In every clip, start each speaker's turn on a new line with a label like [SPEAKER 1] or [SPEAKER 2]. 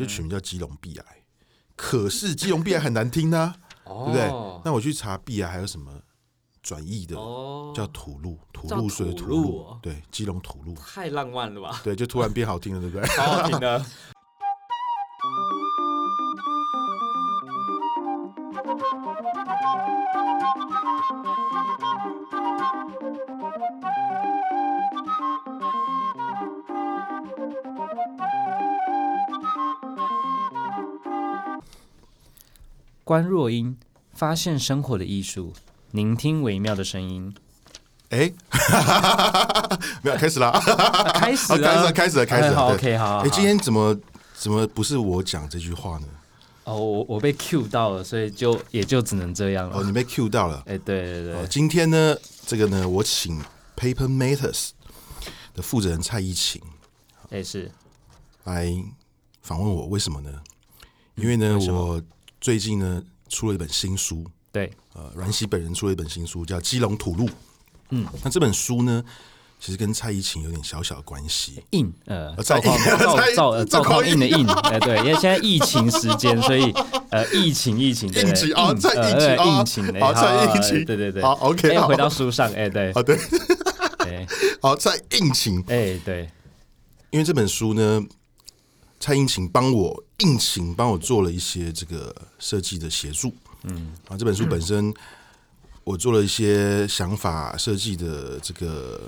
[SPEAKER 1] 就
[SPEAKER 2] 嗯
[SPEAKER 1] 取名叫基隆壁癌。可是基隆壁癌很难听呢、对不对？
[SPEAKER 2] 哦
[SPEAKER 1] 那我去查壁癌还有什么转译的，
[SPEAKER 2] 哦，
[SPEAKER 1] 叫土路，土
[SPEAKER 2] 叫
[SPEAKER 1] 路水的
[SPEAKER 2] 土
[SPEAKER 1] 土
[SPEAKER 2] 路
[SPEAKER 1] 路，
[SPEAKER 2] 哦
[SPEAKER 1] 对，基隆土路，
[SPEAKER 2] 太浪漫了吧，
[SPEAKER 1] 对，就突然变好听了，对不对？
[SPEAKER 2] 好好听哦的。关若英发现生活的艺术，聆听微妙的声音。
[SPEAKER 1] 哎，没有开始啦，
[SPEAKER 2] 啊开始
[SPEAKER 1] 啊
[SPEAKER 2] 了，
[SPEAKER 1] 开始了开始了开始了
[SPEAKER 2] 哎好
[SPEAKER 1] 对
[SPEAKER 2] ，OK，好好。
[SPEAKER 1] 哎、
[SPEAKER 2] 好
[SPEAKER 1] 今天怎么怎么不是我讲这句话呢？
[SPEAKER 2] 哦，我我被 Q 到了，所以就也就只能这样
[SPEAKER 1] 哦，
[SPEAKER 2] 了。
[SPEAKER 1] 你被 Q 到了。
[SPEAKER 2] 哎、对对
[SPEAKER 1] 哦
[SPEAKER 2] 对，，
[SPEAKER 1] 今天呢，这个呢，我请 Paper Matters 的负责人蔡依晴
[SPEAKER 2] 哎、是
[SPEAKER 1] 来访问我，为什么呢？因嗯为呢，我最近呢出了一本新书，
[SPEAKER 2] 对，
[SPEAKER 1] 呃，阮喜本人出了一本新书，叫《基隆土路》。嗯，那这本书呢，其实跟蔡依晴有点小小的关系。
[SPEAKER 2] 印呃，
[SPEAKER 1] 呃在
[SPEAKER 2] 赵匡 赵
[SPEAKER 1] 在
[SPEAKER 2] 赵呃
[SPEAKER 1] 在
[SPEAKER 2] 赵匡
[SPEAKER 1] 在
[SPEAKER 2] 胤的胤，哎、对，因为现在疫情时间，所以呃疫情疫情对对
[SPEAKER 1] 应景哦在
[SPEAKER 2] 呃
[SPEAKER 1] 应景
[SPEAKER 2] 呃
[SPEAKER 1] 哦
[SPEAKER 2] 应情哎
[SPEAKER 1] 好在应
[SPEAKER 2] 哎
[SPEAKER 1] 景
[SPEAKER 2] 对对对，
[SPEAKER 1] 好，OK，
[SPEAKER 2] 哎
[SPEAKER 1] 好
[SPEAKER 2] 回到书上，哎、对，
[SPEAKER 1] 好的，
[SPEAKER 2] 哎
[SPEAKER 1] 好，哦蔡应晴，
[SPEAKER 2] 哎、对，
[SPEAKER 1] 因为这本书呢，蔡应勤帮我应勤帮我做了一些这个设计的协助，嗯，啊，这本书本身我做了一些想法设计的这个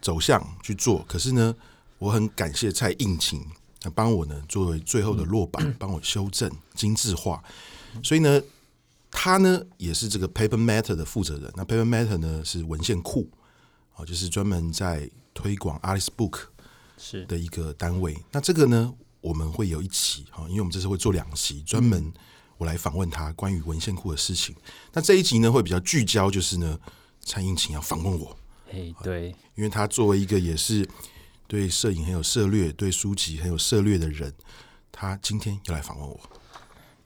[SPEAKER 1] 走向去做，可是呢，我很感谢蔡应勤，他帮我呢作为最后的落板，帮我修正精致化，所以呢。他呢也是这个 Paper Matter 的负责人。那 Paper Matter 呢是文献库，啊，就是专门在推广 Alice Book
[SPEAKER 2] 是
[SPEAKER 1] 的一个单位。那这个呢，我们会有一期哈，因为我们这次会做两期，专门我来访问他关于文献库的事情。那这一集呢，会比较聚焦，就是呢，蔡应勤要访问我，
[SPEAKER 2] 哎、对，
[SPEAKER 1] 因为他作为一个也是对摄影很有涉略、对书籍很有涉略的人，他今天要来访问我。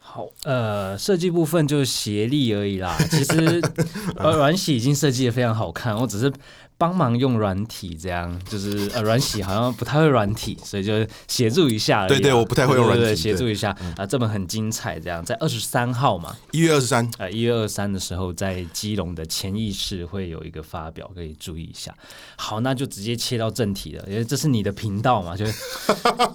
[SPEAKER 2] 好，呃，设计部分就协力而已 啦。其实，
[SPEAKER 1] 嗯
[SPEAKER 2] 呃，软洗已经设计的非常好看，我只是帮忙用软体，这样就是呃，软洗好像不太会软体，所以就协助一下而已啦。
[SPEAKER 1] 对对我不太会用软体
[SPEAKER 2] 对对对
[SPEAKER 1] 对嗯
[SPEAKER 2] 协助一下啊、这本很精彩，这样在二十三号嘛，
[SPEAKER 1] 一月二十三，
[SPEAKER 2] 呃，一月二三的时候，在基隆的潜意识会有一个发表，可以注意一下。好，那就直接切到正题了，因为这是你的频道嘛，就是，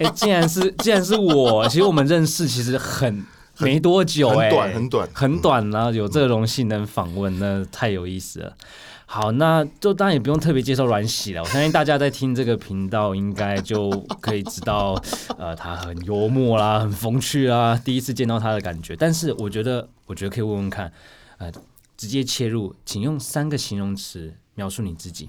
[SPEAKER 2] 哎、既然是既然是我，其实我们认识其实很没多久、
[SPEAKER 1] 很
[SPEAKER 2] 哎，
[SPEAKER 1] 短很短嗯
[SPEAKER 2] 很短啦、有这个荣幸能访问，那太有意思了。好，那就当然也不用特别介绍阮喜了。我相信大家在听这个频道，应该就可以知道，呃，他很幽默啦，很风趣啦，第一次见到他的感觉。但是我觉得，我觉得可以问问看，呃，直接切入，请用三个形容词描述你自己。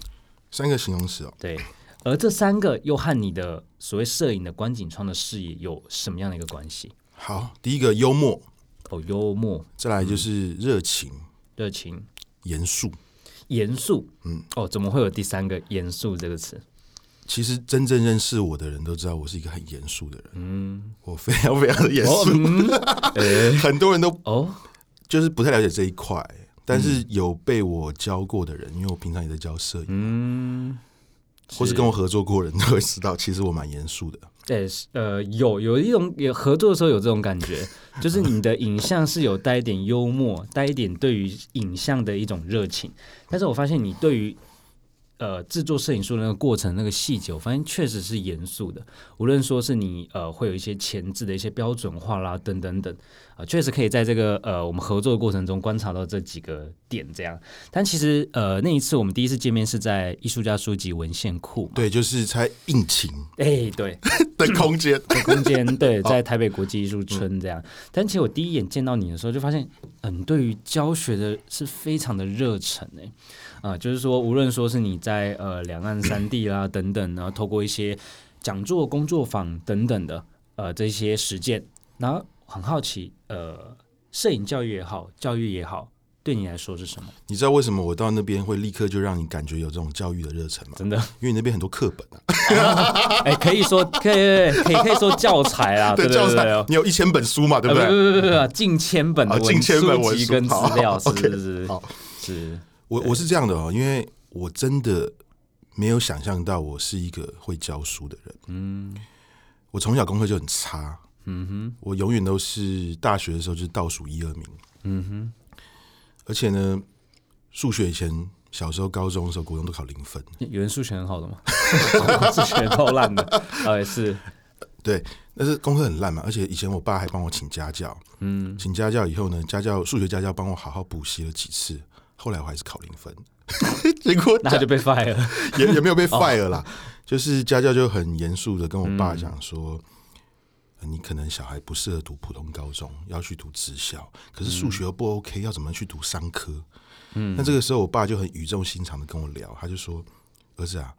[SPEAKER 1] 三个形容词哦。
[SPEAKER 2] 对，而这三个又和你的所谓摄影的观景窗的视野有什么样的一个关系？
[SPEAKER 1] 好，第一个幽默，
[SPEAKER 2] 哦，幽默、
[SPEAKER 1] 再来就是热情、
[SPEAKER 2] 热情、
[SPEAKER 1] 严肃。
[SPEAKER 2] 严肃。嗯，哦，怎么会有第三个“严肃”这个词？
[SPEAKER 1] 其实真正认识我的人都知道，我是一个很严肃的人。嗯，我非 常非常的严肃
[SPEAKER 2] 哦，，嗯， 哎
[SPEAKER 1] 很多人都
[SPEAKER 2] 哦，
[SPEAKER 1] 就是不太了解这一块，但是有被我教过的人，因为我平常也在教摄影，
[SPEAKER 2] 嗯，
[SPEAKER 1] 或是跟我合作过的人都会知道，其实我蛮严肃的。
[SPEAKER 2] 对，是呃，有有一种有合作的时候有这种感觉，就是你的影像是有带一点幽默，带一点对于影像的一种热情。但是我发现你对于呃制作摄影书的那个过程、那个细节，我发现确实是严肃的。无论说是你呃会有一些前置的一些标准化啦，等等等啊、确实可以在这个呃我们合作的过程中观察到这几个点这样。但其实呃那一次我们第一次见面是在艺术家书籍文献库嘛，
[SPEAKER 1] 对，就是才应勤
[SPEAKER 2] 哎、对。
[SPEAKER 1] 的空 间。
[SPEAKER 2] 空 间，对，在台北国际艺术村这样。但其实我第一眼见到你的时候，就发现，嗯，对于教学的是非常的热忱诶、啊、就是说，无论说是你在呃两岸三地啦等等，然后透过一些讲座、工作坊等等的呃这些实践，然后很好奇，呃，摄影教育也好，教育也好，对你来说是什么？
[SPEAKER 1] 你知道为什么我到那边会立刻就让你感觉有这种教育的热忱吗？
[SPEAKER 2] 真的，
[SPEAKER 1] 因为那边很多课本啊，
[SPEAKER 2] 哎、可以说，可以，可以，可以说教材 啦，对对
[SPEAKER 1] 教
[SPEAKER 2] 对
[SPEAKER 1] 材
[SPEAKER 2] 对哦，
[SPEAKER 1] 你有一千本书嘛，对
[SPEAKER 2] 呃，
[SPEAKER 1] 不对？
[SPEAKER 2] 不不不不不，近千本的
[SPEAKER 1] 啊
[SPEAKER 2] 文
[SPEAKER 1] 近千本
[SPEAKER 2] 书
[SPEAKER 1] 文
[SPEAKER 2] 籍
[SPEAKER 1] 书
[SPEAKER 2] 跟资
[SPEAKER 1] 好
[SPEAKER 2] 料，是
[SPEAKER 1] OK，
[SPEAKER 2] 是是
[SPEAKER 1] 好
[SPEAKER 2] 是，
[SPEAKER 1] 我我是这样的哦，因为我真的没有想象到我是一个会教书的人。嗯，我从小功课就很差，
[SPEAKER 2] 嗯哼，
[SPEAKER 1] 我永远都是大学的时候就是倒数一二名，
[SPEAKER 2] 嗯哼，
[SPEAKER 1] 而且呢，数学以前小时候、高中的时候、国中都考零分。
[SPEAKER 2] 有人数学很好的吗？ 数学超烂的，啊也是，
[SPEAKER 1] 对，但是功课很烂嘛，而且以前我爸还帮我请家教，
[SPEAKER 2] 嗯，
[SPEAKER 1] 请家教以后呢，家教数学家教帮我好好补习了几次，后来我还是考零分， 结果
[SPEAKER 2] 那他就被 fire 了。
[SPEAKER 1] 也也没有被
[SPEAKER 2] 哦
[SPEAKER 1] fire 啦，就是家教就很严肃的跟我爸
[SPEAKER 2] 嗯
[SPEAKER 1] 讲说。呃你可能小孩不适合读普通高中，要去读职校，可是
[SPEAKER 2] 嗯
[SPEAKER 1] 数学又不 OK，、要怎么去读商科？嗯，那这个时候我爸就很语重心长的跟我聊，他就说：“儿子啊，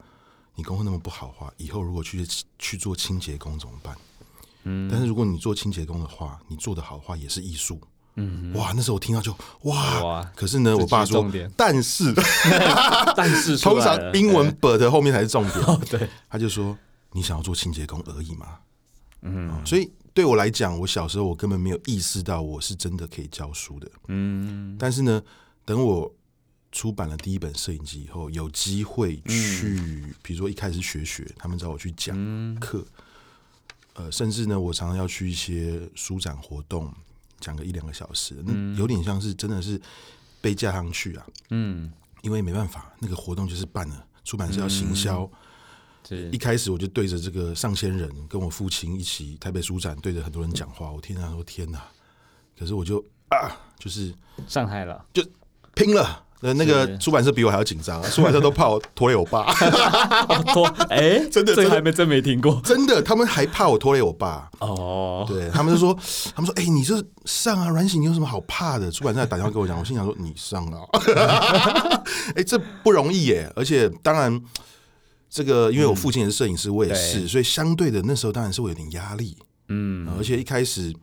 [SPEAKER 1] 你功课那么不好的话，以后如果去去做清洁工怎么办？嗯，但是如果你做清洁工的话，你做得好的话也是艺术。嗯，哇，那时候我听到就哇，
[SPEAKER 2] 哇，
[SPEAKER 1] 可是呢，
[SPEAKER 2] 这
[SPEAKER 1] 我爸
[SPEAKER 2] 集重
[SPEAKER 1] 说
[SPEAKER 2] 点，
[SPEAKER 1] 但是
[SPEAKER 2] 但是出
[SPEAKER 1] 通
[SPEAKER 2] 来了哦
[SPEAKER 1] 常英文 but 后面才是重 点。
[SPEAKER 2] 对对
[SPEAKER 1] 他就说：“你想要做清洁工而已嘛。”嗯、所以对我来讲，我小时候我根本没有意识到我是真的可以教书的。
[SPEAKER 2] 嗯
[SPEAKER 1] 但是呢，等我出版了第一本摄影集以后，有机会去，
[SPEAKER 2] 嗯
[SPEAKER 1] 比如说一开始学学，他们找我去讲课，呃，甚至呢，我常常要去一些书展活动，讲个一两个小时，那有点像是真的是被架上去啊，
[SPEAKER 2] 嗯，
[SPEAKER 1] 因为没办法，那个活动就是办了，出版社要行销。
[SPEAKER 2] 嗯是
[SPEAKER 1] 一开始我就对着这个上千人，跟我父亲一起台北书展，对着很多人讲话。我听他说天哪，可是我就啊，就是
[SPEAKER 2] 上海了，
[SPEAKER 1] 拼了。那那个
[SPEAKER 2] 是
[SPEAKER 1] 出版社比我还要紧张、出版社都怕我拖累我 爸，
[SPEAKER 2] 哦 多哎，
[SPEAKER 1] 真的真
[SPEAKER 2] 这个
[SPEAKER 1] 的
[SPEAKER 2] 还没真没听过
[SPEAKER 1] 真的，他们还怕我拖累我爸。
[SPEAKER 2] 哦。
[SPEAKER 1] 对他们就说，他们说，哎、你就上啊，阮醒，你有什么好怕的？出版社还打电话给我讲，我心想说，你上啊， 哎、这不容易耶。而且当然，这个因为我父亲也是摄影师，我也是，
[SPEAKER 2] 对
[SPEAKER 1] 所以相对的那时候当然是会有点压力。
[SPEAKER 2] 嗯，
[SPEAKER 1] 而且一开始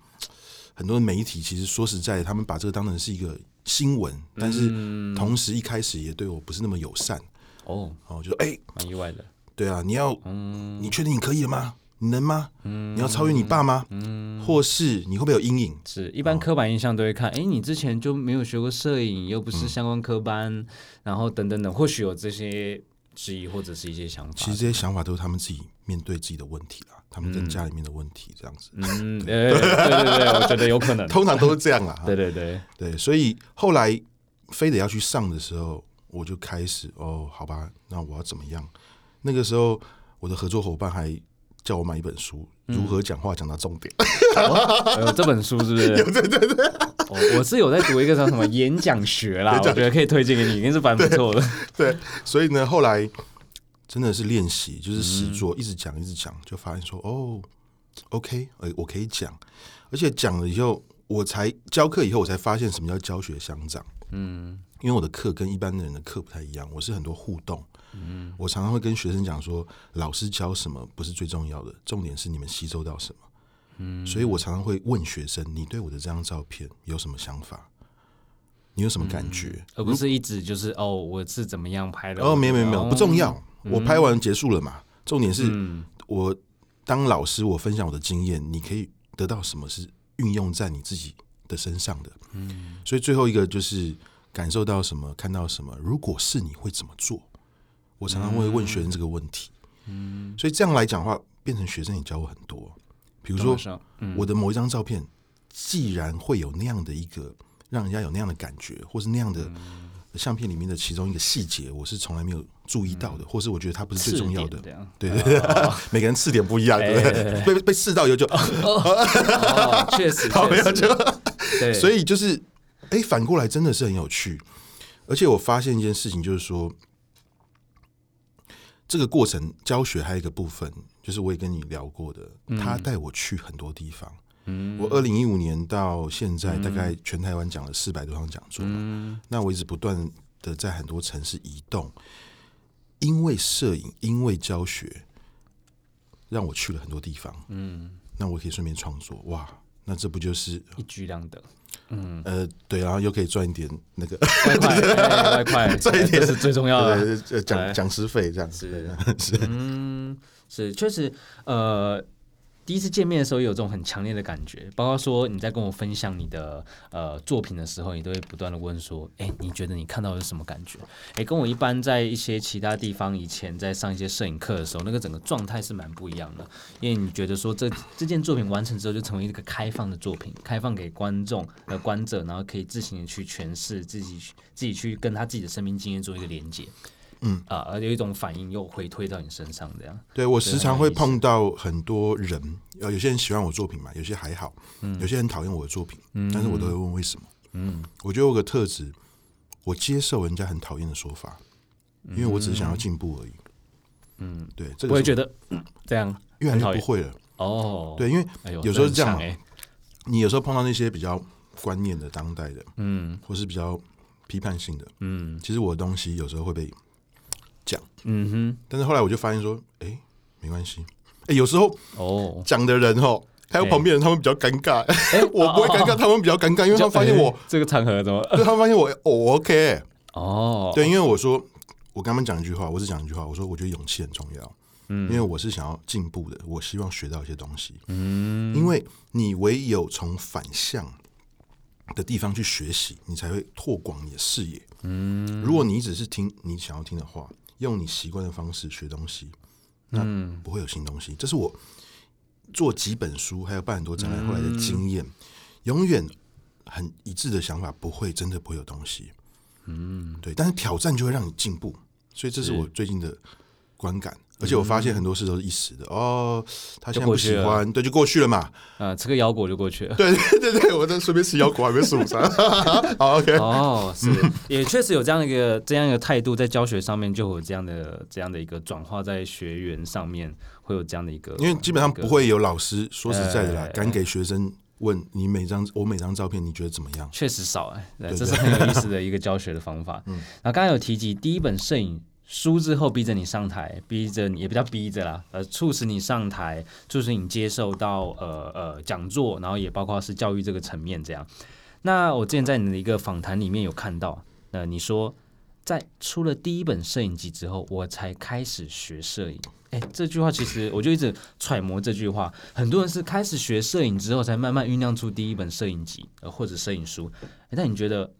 [SPEAKER 1] 很多媒体其实说实在，他们把这个当成是一个新闻，但是
[SPEAKER 2] 嗯
[SPEAKER 1] 同时一开始也对我不是那么友善。
[SPEAKER 2] 哦，
[SPEAKER 1] 哦，就说哎、
[SPEAKER 2] 蛮意外的，
[SPEAKER 1] 对啊，你要，
[SPEAKER 2] 嗯
[SPEAKER 1] 你确定你可以了吗？你能吗？你要超越你爸吗？
[SPEAKER 2] 嗯
[SPEAKER 1] 或是你会不会有阴影？
[SPEAKER 2] 是一般刻板印象都会看，哎，你之前就没有学过摄影，又不
[SPEAKER 1] 嗯
[SPEAKER 2] 是相关科班，然后等等等，或许有这些质疑或者是一些想
[SPEAKER 1] 其
[SPEAKER 2] 法
[SPEAKER 1] 实。这些想法都是他们自己面对自己的问题啦，他们跟家里面的问题这样子，
[SPEAKER 2] 嗯，哎对对对，我觉得有可能。
[SPEAKER 1] 通常都是这样啦。
[SPEAKER 2] 对对对，
[SPEAKER 1] 对，所以后来非得要去上的时候，我就开始哦，好吧，那我要怎么样？那个时候我的合作伙伴还叫我买一本书，
[SPEAKER 2] 嗯
[SPEAKER 1] 如何讲话讲到重点。
[SPEAKER 2] 哎呦这本书是 不是？对对对。我是有在读一个叫什么演讲 学啦，我觉得可以推荐给你，应该是蛮不错的。
[SPEAKER 1] 对，所以呢，后来真的是练习，就是实做，一直讲一直讲，就发现说哦，OK，哎、我可以讲，而且讲了以后，我才教课以后，我才发现什么叫教学相长。
[SPEAKER 2] 嗯
[SPEAKER 1] 因为我的课跟一般的人的课不太一样，我是很多互动。嗯，我常常会跟学生讲说，老师教什么不是最重要的，重点是你们吸收到什么。嗯，所以我常常会问学生，你对我的这张照片有什么想法？你有什么感觉？
[SPEAKER 2] 而不是一直就是哦，我是怎么样拍的？
[SPEAKER 1] 哦，没嗯有没有没有，不重
[SPEAKER 2] 要。
[SPEAKER 1] 要。我拍完结束了嘛，重点是我当老师，我分享我的经验，你可以得到什么是运用在你自己的身上的。嗯，所以最后一个就是感受到什么，看到什么，如果是你会怎么做？我常常会问学生这个问题。嗯，所以这样来讲的话，变成学生也教我很多。比如
[SPEAKER 2] 比
[SPEAKER 1] 说，我的某一张照片，既然会有那样的一个让人家有那样的感觉，或是那样的相片里面的其中一个细节，我是从来没有注意到的，或是我觉得它不是最重要的。
[SPEAKER 2] 这样
[SPEAKER 1] 对对对， 每个人刺点不一样，对不对？被被刺到以后就，
[SPEAKER 2] 哦，确实，
[SPEAKER 1] 好没有
[SPEAKER 2] 确实
[SPEAKER 1] 就，
[SPEAKER 2] 对，
[SPEAKER 1] 所
[SPEAKER 2] 以
[SPEAKER 1] 以就是，哎，反过来真的是很有趣。而且我发现一件事情，就是说，这个过程教学还有一个部分，就是我也跟你聊过的，他带我去很多地方。
[SPEAKER 2] 嗯
[SPEAKER 1] 我二零一五年到现在，大概全台湾讲了四百多场讲座嘛。
[SPEAKER 2] 嗯
[SPEAKER 1] 那我一直不断的在很多城市移动，因为摄影，因为教学，让我去了很多地方。嗯，那我可以顺便创作，哇，那这不就是
[SPEAKER 2] 一举两得，
[SPEAKER 1] 呃对，然后又可以赚一点那个
[SPEAKER 2] 外快， 哎外快，
[SPEAKER 1] 这一点
[SPEAKER 2] 这是最重要的。
[SPEAKER 1] 对呃讲
[SPEAKER 2] 啊哎
[SPEAKER 1] 讲师费这样子。
[SPEAKER 2] 是，嗯，是，确实，呃，第一次见面的时候也有这种很强烈的感觉，包括说你在跟我分享你的呃作品的时候，你都会不断的问说，哎，你觉得你看到的是什么感觉？哎，跟我一般在一些其他地方以前在上一些摄影课的时候，那个整个状态是蛮不一样的，因为你觉得说这这件作品完成之后就成为一个开放的作品，开放给观众呃观者，然后可以自行的去诠释自己去自己去跟他自己的生命经验做一个连接。嗯啊，而有一种反应又回推到你身上，这样
[SPEAKER 1] 对我时常会碰到很多人，呃，有些人喜欢我作品嘛，有些还好，
[SPEAKER 2] 嗯
[SPEAKER 1] 有些人讨厌我的作品，但是我都会问为什么。嗯，我觉得我有个特质，我接受人家很讨厌的说法，因为我只是想要进步而已。嗯，对，这个
[SPEAKER 2] 不会
[SPEAKER 1] 是
[SPEAKER 2] 觉得嗯这样
[SPEAKER 1] 越来
[SPEAKER 2] 很讨
[SPEAKER 1] 越
[SPEAKER 2] 厌
[SPEAKER 1] 不会了。
[SPEAKER 2] 哦。
[SPEAKER 1] 对，因为
[SPEAKER 2] 哎呦，
[SPEAKER 1] 有时候
[SPEAKER 2] 那
[SPEAKER 1] 是这样
[SPEAKER 2] 很
[SPEAKER 1] 嘛
[SPEAKER 2] 像哎
[SPEAKER 1] 你有时候碰到那些比较观念的、当代的，嗯，或是比较批判性的，嗯，其实我的东西有时候会被讲，
[SPEAKER 2] 嗯
[SPEAKER 1] 但是后来我就发现说，哎、没关系，哎、有时候
[SPEAKER 2] 哼，哦，
[SPEAKER 1] 讲的人哦，还有
[SPEAKER 2] 对
[SPEAKER 1] 旁边人，他们比较尴尬，
[SPEAKER 2] 哎
[SPEAKER 1] 我不会尴尬，他哦们比较尴尬，因为他们发现我，
[SPEAKER 2] 哎这个场合怎么？
[SPEAKER 1] 对，他们发现我，哦我 OK，欸
[SPEAKER 2] 哦，
[SPEAKER 1] 对，因为我说，我跟他们讲一句话，我只讲一句话，我说我觉得勇气很重要，嗯，因为我是想要进步的，我希望学到一些东西，嗯，因为你唯有从反向的地方去学习，你才会拓广你的视野，嗯，如果你只是听你想要听的话，用你习惯的方式学东西，那不会有新东西，这是我做几本书还有办很多展览后来的经验，永远很一致的想法，不会真的不会有东西。对，但是挑战就会让你进步，所以这嗯是我最近的观感。而且我发现很多事都是一时的、哦，他现在
[SPEAKER 2] 就
[SPEAKER 1] 不
[SPEAKER 2] 过去
[SPEAKER 1] 喜
[SPEAKER 2] 了
[SPEAKER 1] 欢，对，就过去了嘛。
[SPEAKER 2] 啊，吃个腰果就过去了。
[SPEAKER 1] 对对对对，我在随便吃腰果，还没数上。好，OK，
[SPEAKER 2] 哦，是，
[SPEAKER 1] 嗯
[SPEAKER 2] 也确实有这样一个这样一个态度，在教学上面就有这样的这样的一个转化，在学员上面会有这样的一个，
[SPEAKER 1] 因为基本上不会有老师说实在的啦
[SPEAKER 2] 哎，
[SPEAKER 1] 敢给学生问你每张我每张照片你觉得怎么样？
[SPEAKER 2] 确实少哎、对这是很有意思的一个教学的方 法。嗯，然后刚刚有提及第一本摄影书之后，逼着你上台，逼着你也不叫逼着啦，呃，促使你上台，促使你接受到呃呃讲座，然后也包括是教育这个层面这样。那我之前在你的一个访谈里面有看到，呃，你说在出了第一本摄影集之后，我才开始学摄影。哎，这句话其实我就一直揣摩这句话，很多人是开始学摄影之后，才慢慢酝酿出第一本摄影集，呃，或者摄影书。哎那你觉得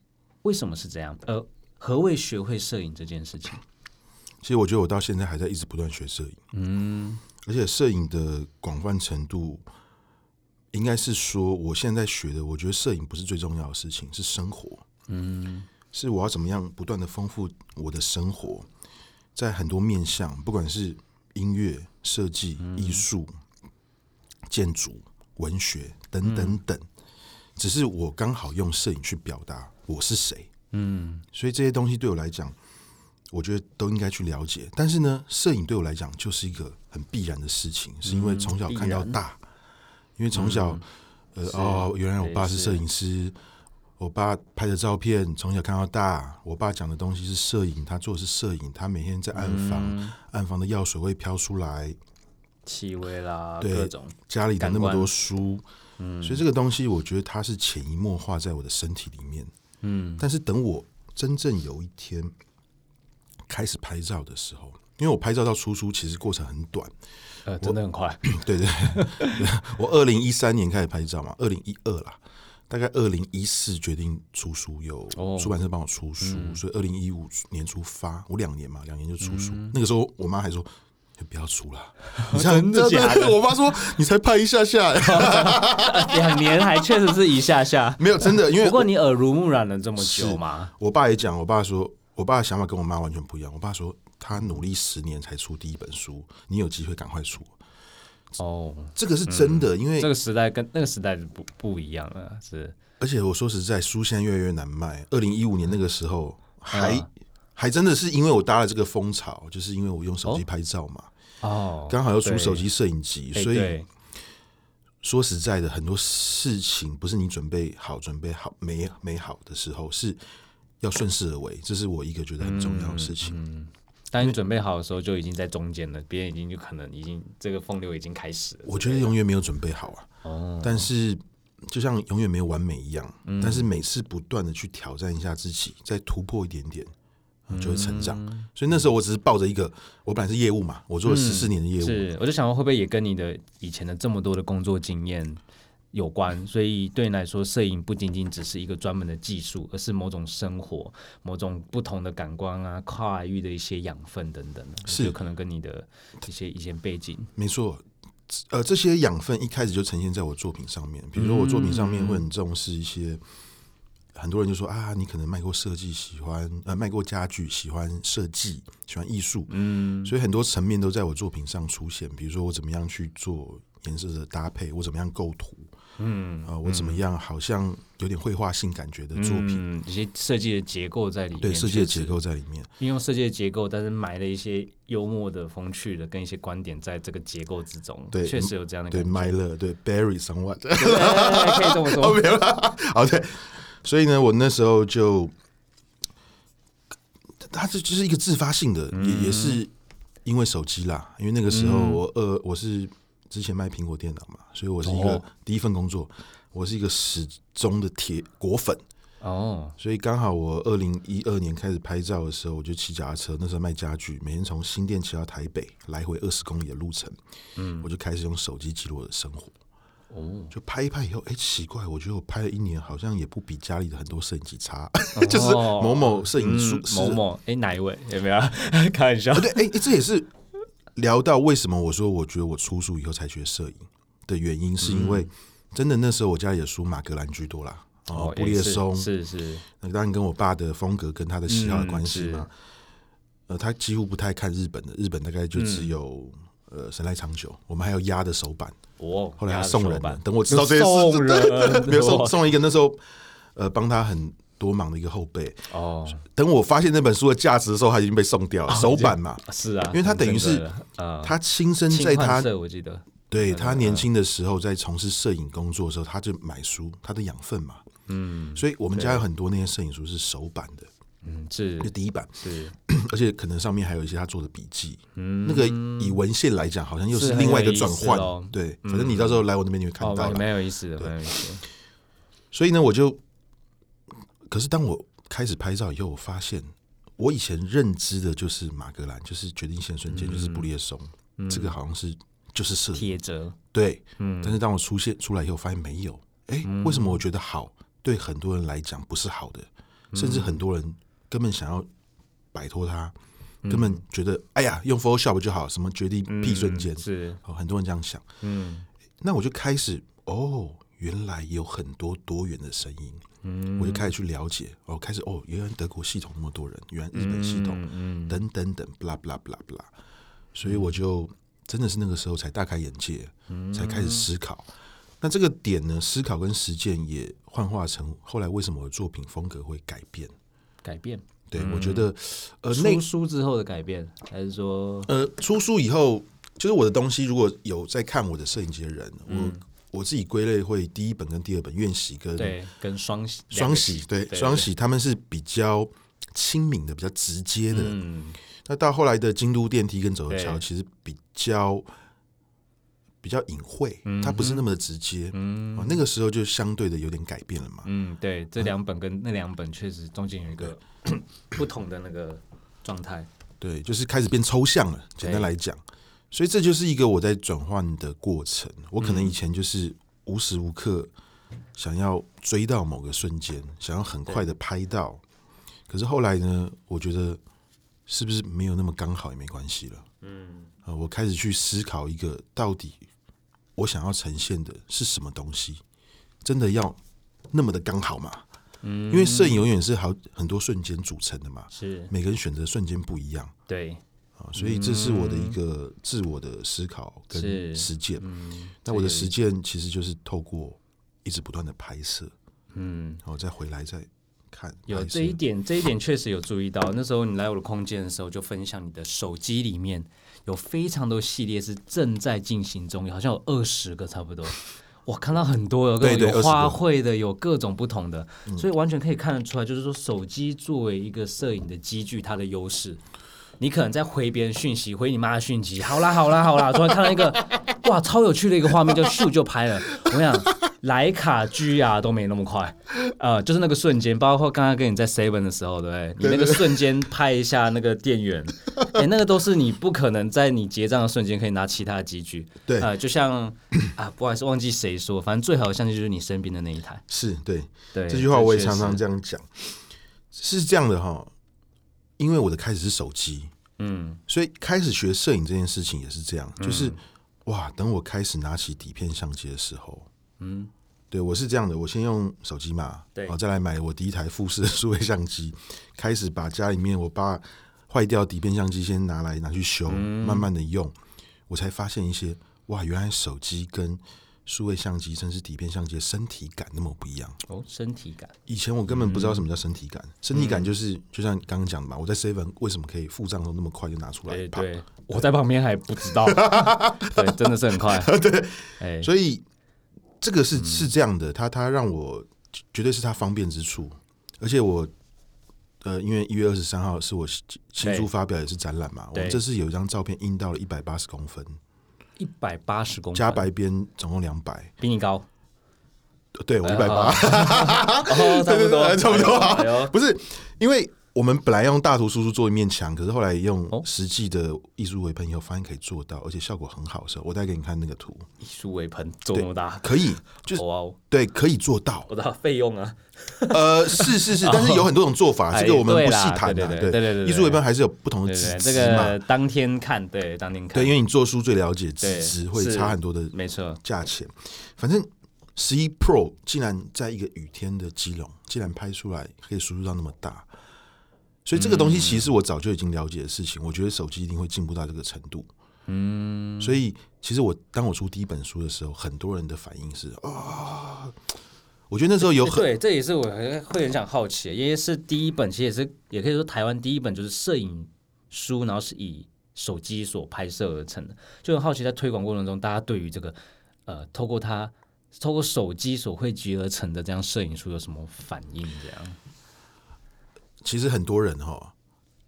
[SPEAKER 2] 为什么是这样？呃，何谓学会摄影这件事情？
[SPEAKER 1] 其实我觉得我到现在还在一直不断学摄影，嗯，而且摄影的广泛程度，应该是说我现在学的，我觉得摄影不是最重要的事情，是生活，嗯，是我要怎么样不断的丰富我的生活，在很多面向，不管是音乐、设计、艺术、建筑、文学等等等，只是我刚好用摄影去表达我是谁，嗯，所以这些东西对我来讲。我觉得都应该去了解。但是呢，摄影对我来讲就是一个很必然的事情，是因为从小看到大，因为从小，呃，哦，原来我爸是摄影师，我爸拍的照片从小看到大，我爸讲的东西是摄影，他做的是摄影，他每天在暗房，暗房的药水会飘出来，
[SPEAKER 2] 气味啦，
[SPEAKER 1] 对
[SPEAKER 2] 各种
[SPEAKER 1] 家里的那
[SPEAKER 2] 感
[SPEAKER 1] 么
[SPEAKER 2] 官嗯
[SPEAKER 1] 多书，所以这个东西我觉得它是潜移默化在我的身体里面。嗯，但是等我真正有一天开始拍照的时候，因为我拍照到出书其实过程很短，
[SPEAKER 2] 呃，真的很快。
[SPEAKER 1] 对对，我二零一三年开始拍照嘛，二零一二啦，大概二零一四决定出书，有
[SPEAKER 2] 哦嗯
[SPEAKER 1] 出版社帮我出书，所以二零一五年初发，我两年嘛，两年就出书。
[SPEAKER 2] 嗯
[SPEAKER 1] 那个时候我妈还说。就不要出了，你这样
[SPEAKER 2] 真的假的
[SPEAKER 1] 对对对我妈说你才拍一下下，
[SPEAKER 2] 两年还确实是一下下
[SPEAKER 1] ，没有真的，因为
[SPEAKER 2] 不过你耳濡目染了这么久嘛，
[SPEAKER 1] 我爸也讲，我爸说，我爸的想法跟我妈完全不一样。我爸说，他努力十年才出第一本书，你有机会赶快出，
[SPEAKER 2] 哦，
[SPEAKER 1] 这个是真的。因为
[SPEAKER 2] 嗯这个时代跟那个时代不不一样了，是
[SPEAKER 1] 而且我说实在，书现在越来越难卖。二零一五年那个时候
[SPEAKER 2] 嗯
[SPEAKER 1] 还、
[SPEAKER 2] 啊
[SPEAKER 1] 还真的是因为我搭了这个风潮，就是因为我用手机拍照嘛，
[SPEAKER 2] 哦，
[SPEAKER 1] 刚好又出
[SPEAKER 2] 对
[SPEAKER 1] 手机摄影集，
[SPEAKER 2] 哎
[SPEAKER 1] 啊所以
[SPEAKER 2] 对
[SPEAKER 1] 说实在的，很多事情不是你准备好、准备好没没好的时候，是要顺势而为，这是我一个觉得很重要的事
[SPEAKER 2] 嗯
[SPEAKER 1] 情。
[SPEAKER 2] 当你准备好的时候，就已经在中间了，别人已经就可能已经这个风流已经开始了。
[SPEAKER 1] 我觉得永远没有准备好啊。但是就像永远没有完美一样，但是每次不断的去挑战一下自己，再突破一点点，你就会成长。所以那时候我只是抱着一个，我本来是业务嘛，我做了十四年的业务，
[SPEAKER 2] 是，我就想说会不会也跟你的以前的这么多的工作经验有关？所以对你来说，摄影不仅仅只是一个专门的技术，而是某种生活、某种不同的感官啊、跨域的一些养分等等的，
[SPEAKER 1] 是
[SPEAKER 2] 有可能跟你的一些以前背景。
[SPEAKER 1] 没错。呃，这些养分一开始就呈现在我作品上面，比如说我作品上面
[SPEAKER 2] 嗯
[SPEAKER 1] 会很重视一些，很多人就说啊，你可能卖过设计，喜欢呃卖过家具，喜欢设计，喜欢艺术，
[SPEAKER 2] 嗯，
[SPEAKER 1] 所以很多层面都在我作品上出现。比如说我怎么样去做颜色的搭配，我怎么样构图，嗯，啊、我怎么样好像有点绘画性感觉的作品，
[SPEAKER 2] 嗯，一些设计的结构在里面，
[SPEAKER 1] 对设计的结
[SPEAKER 2] 确实
[SPEAKER 1] 构在里面。
[SPEAKER 2] 运用设计的结构，但是埋了一些幽默的、风趣的跟一些观点在这个结构之中，
[SPEAKER 1] 对
[SPEAKER 2] 确实有这样的
[SPEAKER 1] 对
[SPEAKER 2] 感觉。
[SPEAKER 1] ，my love，对，Barry somewhat，
[SPEAKER 2] 对，可以这 么
[SPEAKER 1] 哦，
[SPEAKER 2] 说。
[SPEAKER 1] 没有啦。好，对，所以呢，我那时候就，它这就是一个自发性的，也也是因为手机啦，因为那个时候我二、我是之前卖苹果电脑嘛，所以我是一个、
[SPEAKER 2] 哦
[SPEAKER 1] 第一份工作，我是一个始终的铁果粉，
[SPEAKER 2] 哦，
[SPEAKER 1] 所以刚好我二零一二年开始拍照的时候，我就骑脚踏车，那时候卖家具，每天从新店骑到台北，来回二十公里的路程，嗯，我就开始用手机记录我的生活。
[SPEAKER 2] 哦，
[SPEAKER 1] 就拍一拍以后，哎、奇怪，我觉得我拍了一年，好像也不比家里的很多摄影机差， 就是某某摄影术、
[SPEAKER 2] 哦嗯
[SPEAKER 1] 师
[SPEAKER 2] 某某，哎，哪一位？有没有？ 开玩笑
[SPEAKER 1] 啊，。对，哎、诶这也是聊到为什么我说我觉得我出书以后才学摄影的原因，是因为
[SPEAKER 2] 嗯
[SPEAKER 1] 真的那时候我家里的书马格兰居多啦，哦，布
[SPEAKER 2] 诶
[SPEAKER 1] 列
[SPEAKER 2] 是
[SPEAKER 1] 松，
[SPEAKER 2] 是是，
[SPEAKER 1] 那当然跟我爸的风格跟他的喜好有关系嘛。呃，他几乎不太看日本的，日本大概就只有、呃神来长久，我们还有鸭的手板，
[SPEAKER 2] 哦，
[SPEAKER 1] 后来
[SPEAKER 2] 压
[SPEAKER 1] 他
[SPEAKER 2] 着
[SPEAKER 1] 送人
[SPEAKER 2] 手
[SPEAKER 1] 了
[SPEAKER 2] 板，
[SPEAKER 1] 等我知道这件事，
[SPEAKER 2] 送 人，
[SPEAKER 1] 没有送
[SPEAKER 2] 哇
[SPEAKER 1] 送了一个那时候呃帮他很多忙的一个后辈。
[SPEAKER 2] 哦，
[SPEAKER 1] 等我发现那本书的价值的时候，他已经被送掉了、手板嘛。
[SPEAKER 2] 是啊，
[SPEAKER 1] 因为他等于是
[SPEAKER 2] 啊，
[SPEAKER 1] 他亲身
[SPEAKER 2] 清
[SPEAKER 1] 在
[SPEAKER 2] 幻
[SPEAKER 1] 他
[SPEAKER 2] 色我记得，
[SPEAKER 1] 对嗯他年轻的时候在从事摄影工作的时候，他就买书，他的养分嘛。嗯，所以我们家有很多那些摄影书是手版的，
[SPEAKER 2] 嗯，是
[SPEAKER 1] 就第一版，
[SPEAKER 2] 是
[SPEAKER 1] 而且可能上面还有一些他做的笔记。嗯，那个以文献来讲，好像又是另外一个转
[SPEAKER 2] 是很有意思哦
[SPEAKER 1] 换。对，反正你到时候来我那边你会看
[SPEAKER 2] 哦，
[SPEAKER 1] 到
[SPEAKER 2] 蛮
[SPEAKER 1] 啦。
[SPEAKER 2] 蛮有意思的，蛮有意思的。
[SPEAKER 1] 所以呢，我就，可是当我开始拍照以后，我发现我以前认知的就是马格兰，就是《决定线瞬
[SPEAKER 2] 嗯
[SPEAKER 1] 间》，就是布列松，这个好像是就是摄影
[SPEAKER 2] 铁折，
[SPEAKER 1] 对，
[SPEAKER 2] 嗯
[SPEAKER 1] 但是当我出现出来以后，发现没有，哎，为什么我觉得好？对很多人来讲不是好的，甚
[SPEAKER 2] 嗯
[SPEAKER 1] 至很多人根本想要摆脱它，
[SPEAKER 2] 嗯
[SPEAKER 1] 根本觉得哎呀，用 Photoshop 就好，什么决定屁瞬间，
[SPEAKER 2] 是，
[SPEAKER 1] 哦，很多人这样想。
[SPEAKER 2] 嗯，
[SPEAKER 1] 那我就开始哦，原来有很多多元的声音，嗯，我就开始去了解，哦，开始哦，原来德国系统那么多人，原来日本系统，
[SPEAKER 2] 嗯嗯，
[SPEAKER 1] 等等等，blah blah blah blah，所以我就真的是那个时候才大开眼界，才开始思考。那这个点呢，思考跟实践也幻化成后来为什么我的作品风格会改变？
[SPEAKER 2] 改变，
[SPEAKER 1] 对、我觉得，呃，那
[SPEAKER 2] 出书之后的改变，还是说，
[SPEAKER 1] 呃，出书以后，就是我的东西，如果有在看我的摄影集的人，我我自己归类会第一本跟第二本院喜跟
[SPEAKER 2] 对，跟双喜
[SPEAKER 1] 双喜，对
[SPEAKER 2] 对
[SPEAKER 1] 双喜他们是比较亲民的，比较直接的。
[SPEAKER 2] 嗯，
[SPEAKER 1] 那到后来的京都电梯跟走着桥，
[SPEAKER 2] 对
[SPEAKER 1] 其实比较比较隐晦，
[SPEAKER 2] 嗯
[SPEAKER 1] 它不是那么的直接。嗯、那个时候就相对的有点改变了嘛。
[SPEAKER 2] 嗯，对，这两本跟那两本确实中间有一个 不同的那个状态。
[SPEAKER 1] 对，就是开始变抽象了。简单来讲，所以这就是一个我在转换的过程。我可能以前就是无时无刻想要追到某个瞬间，想要很快的拍到，可是后来呢，我觉得是不是没有那么刚好也没关系了。嗯，呃，我开始去思考一个到底我想要呈现的是什么东西，真的要那么的刚好吗？嗯，因为摄影永远是好很多瞬间组成的嘛，
[SPEAKER 2] 是
[SPEAKER 1] 每个人选择瞬间不一样
[SPEAKER 2] 对，
[SPEAKER 1] 啊，所以这是我的一个自我的思考跟
[SPEAKER 2] 嗯是
[SPEAKER 1] 实践。
[SPEAKER 2] 嗯，
[SPEAKER 1] 那我的实践其实就是透过一直不断的拍摄，
[SPEAKER 2] 嗯，
[SPEAKER 1] 然后再回来再看
[SPEAKER 2] 有
[SPEAKER 1] 拍摄
[SPEAKER 2] 这一点，这一点确实有注意到。那时候你来我的空间的时候，就分享你的手机里面有非常多系列是正在进行中，好像有二十个差不多。我看到很多有各
[SPEAKER 1] 对对
[SPEAKER 2] 种有
[SPEAKER 1] 20个
[SPEAKER 2] 花卉的，有各种不同的，
[SPEAKER 1] 嗯
[SPEAKER 2] 所以完全可以看得出来，就是说手机作为一个摄影的机具，它的优势。你可能在回别人讯息，回你妈的讯息，好啦好啦好啦，突然看到一 个哇超有趣的一个画面，就咻就拍了。我想莱卡居啊都没那么快，呃，就是那个瞬间，包括刚刚跟你在 Seven 的时候，对不对？你那个瞬间拍一下那个 店员，哎、那个都是你不可能在你结账的瞬间可以拿其他的机具。
[SPEAKER 1] 对
[SPEAKER 2] 呃，就像啊，不好意思，忘记谁说，反正最好的相机就是你身边的那一台。
[SPEAKER 1] 是对
[SPEAKER 2] 对，
[SPEAKER 1] 这句话我也
[SPEAKER 2] 确实
[SPEAKER 1] 常常这样讲，是这样的哈，因为我的开始是手机，
[SPEAKER 2] 嗯
[SPEAKER 1] 所以开始学摄影这件事情也是这样，就是、哇，等我开始拿起底片相机的时候，
[SPEAKER 2] 嗯，
[SPEAKER 1] 对我是这样的，我先用手机嘛，
[SPEAKER 2] 对
[SPEAKER 1] 然后再来买我第一台富士的数位相机，开始把家里面我爸坏掉的底片相机先拿来拿去修，
[SPEAKER 2] 嗯
[SPEAKER 1] 慢慢的用，我才发现一些哇，原来手机跟数位相机甚至底片相机的身体感那么不一样。
[SPEAKER 2] 哦，身体感，
[SPEAKER 1] 以前我根本不知道什么叫身体
[SPEAKER 2] 嗯
[SPEAKER 1] 感，身体感就是、就像你刚刚讲的嘛，我在 seven 为什么可以付账都那么快就拿出来？
[SPEAKER 2] 对
[SPEAKER 1] 啪
[SPEAKER 2] 对，我在旁边还不 知道，对，真的是很快，对，哎，
[SPEAKER 1] 所以这个
[SPEAKER 2] 嗯
[SPEAKER 1] 是是这样的，它它让我绝对是它方便之处，而且我呃，因为一月二十三号是我新新书发表也是展览嘛，我
[SPEAKER 2] 对嗯
[SPEAKER 1] 们这次有一张照片印到了一百八十公分，
[SPEAKER 2] 一百八十公分
[SPEAKER 1] 加白边总共两百，
[SPEAKER 2] 比 你高，
[SPEAKER 1] 对我一百
[SPEAKER 2] 哦
[SPEAKER 1] 八，
[SPEAKER 2] 哦，差
[SPEAKER 1] 对对
[SPEAKER 2] 不多，
[SPEAKER 1] 对 差不多啊
[SPEAKER 2] 哎呦，哎呦
[SPEAKER 1] 不是因为。我们本来用大图输出做一面墙，可是后来用
[SPEAKER 2] 哦
[SPEAKER 1] 实际的艺术微喷以后，发现可以做到，而且效果很好的时候，我再给你看那个 图，
[SPEAKER 2] 艺术为盆，做那么大，
[SPEAKER 1] 可以，就是
[SPEAKER 2] 哇哦，
[SPEAKER 1] 对，可以做 到。
[SPEAKER 2] 我的费用啊，
[SPEAKER 1] 呃，是是是，但是有很多种做法，
[SPEAKER 2] 哎
[SPEAKER 1] 这个我们
[SPEAKER 2] 对
[SPEAKER 1] 不细
[SPEAKER 2] 啦
[SPEAKER 1] 谈
[SPEAKER 2] 对
[SPEAKER 1] 的。
[SPEAKER 2] 对对对对对
[SPEAKER 1] 艺术微分还是有不同的
[SPEAKER 2] 对
[SPEAKER 1] 资
[SPEAKER 2] 对，这
[SPEAKER 1] 质嘛
[SPEAKER 2] 个。当天看，对，当天看，
[SPEAKER 1] 对，因为你做书最了解，资
[SPEAKER 2] 对
[SPEAKER 1] 质会
[SPEAKER 2] 是
[SPEAKER 1] 差很多的
[SPEAKER 2] 没错，
[SPEAKER 1] 价钱。反正十一 Pro 竟然在一个雨天的基隆，竟然拍出来可以输出到那么大，所以这个东西其实我早就已经了解的事情。我觉得手机一定会进步到这个程度。嗯，所以其实我当我出第一本书的时候，很多人的反应是啊，我觉得那时候有
[SPEAKER 2] 哎
[SPEAKER 1] 很
[SPEAKER 2] 对，这也是我很会很想好奇的，因为是第一本，其实也是也可以说台湾第一本就是摄影书，然后是以手机所拍摄而成的，就很好奇在推广过程中，大家对于这个呃，透过它透过手机所汇集而成的这样摄影书有什么反应？这样
[SPEAKER 1] 其实很多人哈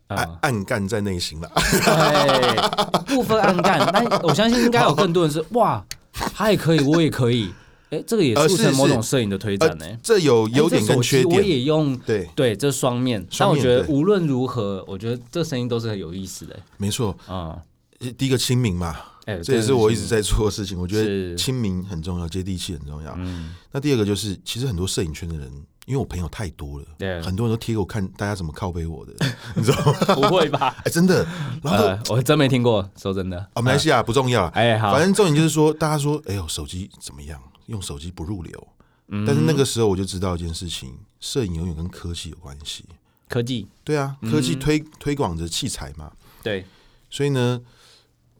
[SPEAKER 1] 暗
[SPEAKER 2] 啊，
[SPEAKER 1] 暗干在内心了。啊
[SPEAKER 2] 对，部分暗干，但我相信应该有更多 人是哇，他也可以，我也可以，哎，这个也
[SPEAKER 1] 呃
[SPEAKER 2] 促
[SPEAKER 1] 是
[SPEAKER 2] 成某
[SPEAKER 1] 是
[SPEAKER 2] 种摄影的推展呢、诶
[SPEAKER 1] 这有优点跟缺
[SPEAKER 2] 我
[SPEAKER 1] 点，
[SPEAKER 2] 也用
[SPEAKER 1] 对，
[SPEAKER 2] 对，这双面。但
[SPEAKER 1] 双
[SPEAKER 2] 我
[SPEAKER 1] 面
[SPEAKER 2] 觉得
[SPEAKER 1] 对
[SPEAKER 2] 无论如何，我觉得这声音都是很有意思的。
[SPEAKER 1] 没错。
[SPEAKER 2] 嗯，
[SPEAKER 1] 第一个亲民嘛，这
[SPEAKER 2] 哎，
[SPEAKER 1] 也
[SPEAKER 2] 真的
[SPEAKER 1] 是我一直在做的事情。我觉得
[SPEAKER 2] 是
[SPEAKER 1] 亲民很重要，接地气很重要。
[SPEAKER 2] 嗯，
[SPEAKER 1] 那第二个就是，其实很多摄影圈的人，因为我朋友太多了，
[SPEAKER 2] 对
[SPEAKER 1] 很多人都贴给我看大家怎么靠背我的， 你知道吗？
[SPEAKER 2] 不会吧？
[SPEAKER 1] 哎，真的。 然后
[SPEAKER 2] 呃，我真没听过，说真的。
[SPEAKER 1] 啊，马来西亚不重要啦，
[SPEAKER 2] 哎，好
[SPEAKER 1] 反，正重点就是说，大家说，哎呦，手机怎么样？用手机不入流。
[SPEAKER 2] 嗯
[SPEAKER 1] 但是那个时候我就知道一件事情，摄影永远跟科技有关系。
[SPEAKER 2] 科技
[SPEAKER 1] 对啊，
[SPEAKER 2] 嗯
[SPEAKER 1] 科技推推广着器材嘛，
[SPEAKER 2] 对，
[SPEAKER 1] 所以呢，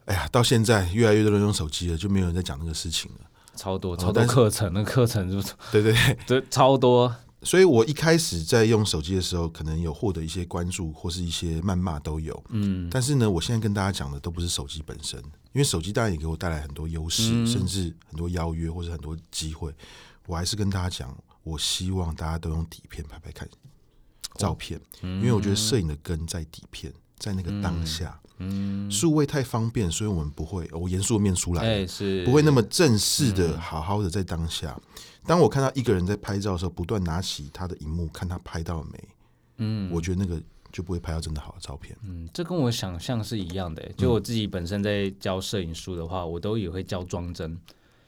[SPEAKER 1] 哎呀，到现在越来越多人用手机了，就没有人在讲那个事情了。
[SPEAKER 2] 超多超多
[SPEAKER 1] 哦但是
[SPEAKER 2] 课程，那个课程就是
[SPEAKER 1] 对对对，
[SPEAKER 2] 这超多。
[SPEAKER 1] 所以我一开始在用手机的时候，可能有获得一些关注或是一些谩骂都有。嗯，但是呢，我现在跟大家讲的都不是手机本身，因为手机当然也给我带来很多优势，甚至很多邀约或者很多机会。我还是跟大家讲，我希望大家都用底片拍拍看照片，因为我觉得摄影的根在底片，在那个当下。嗯，数位太方便，所以我们不会，我严肃的面出来了。
[SPEAKER 2] 哎，是
[SPEAKER 1] 不会那么正式的、好好的在当下。当我看到一个人在拍照的时候，不断拿起他的荧幕看他拍到了没，嗯，我觉得那个就不会拍到真的好的照片。
[SPEAKER 2] 嗯，这跟我想象是一样的欸。就我自己本身在教摄影书的话，我都也会教装帧。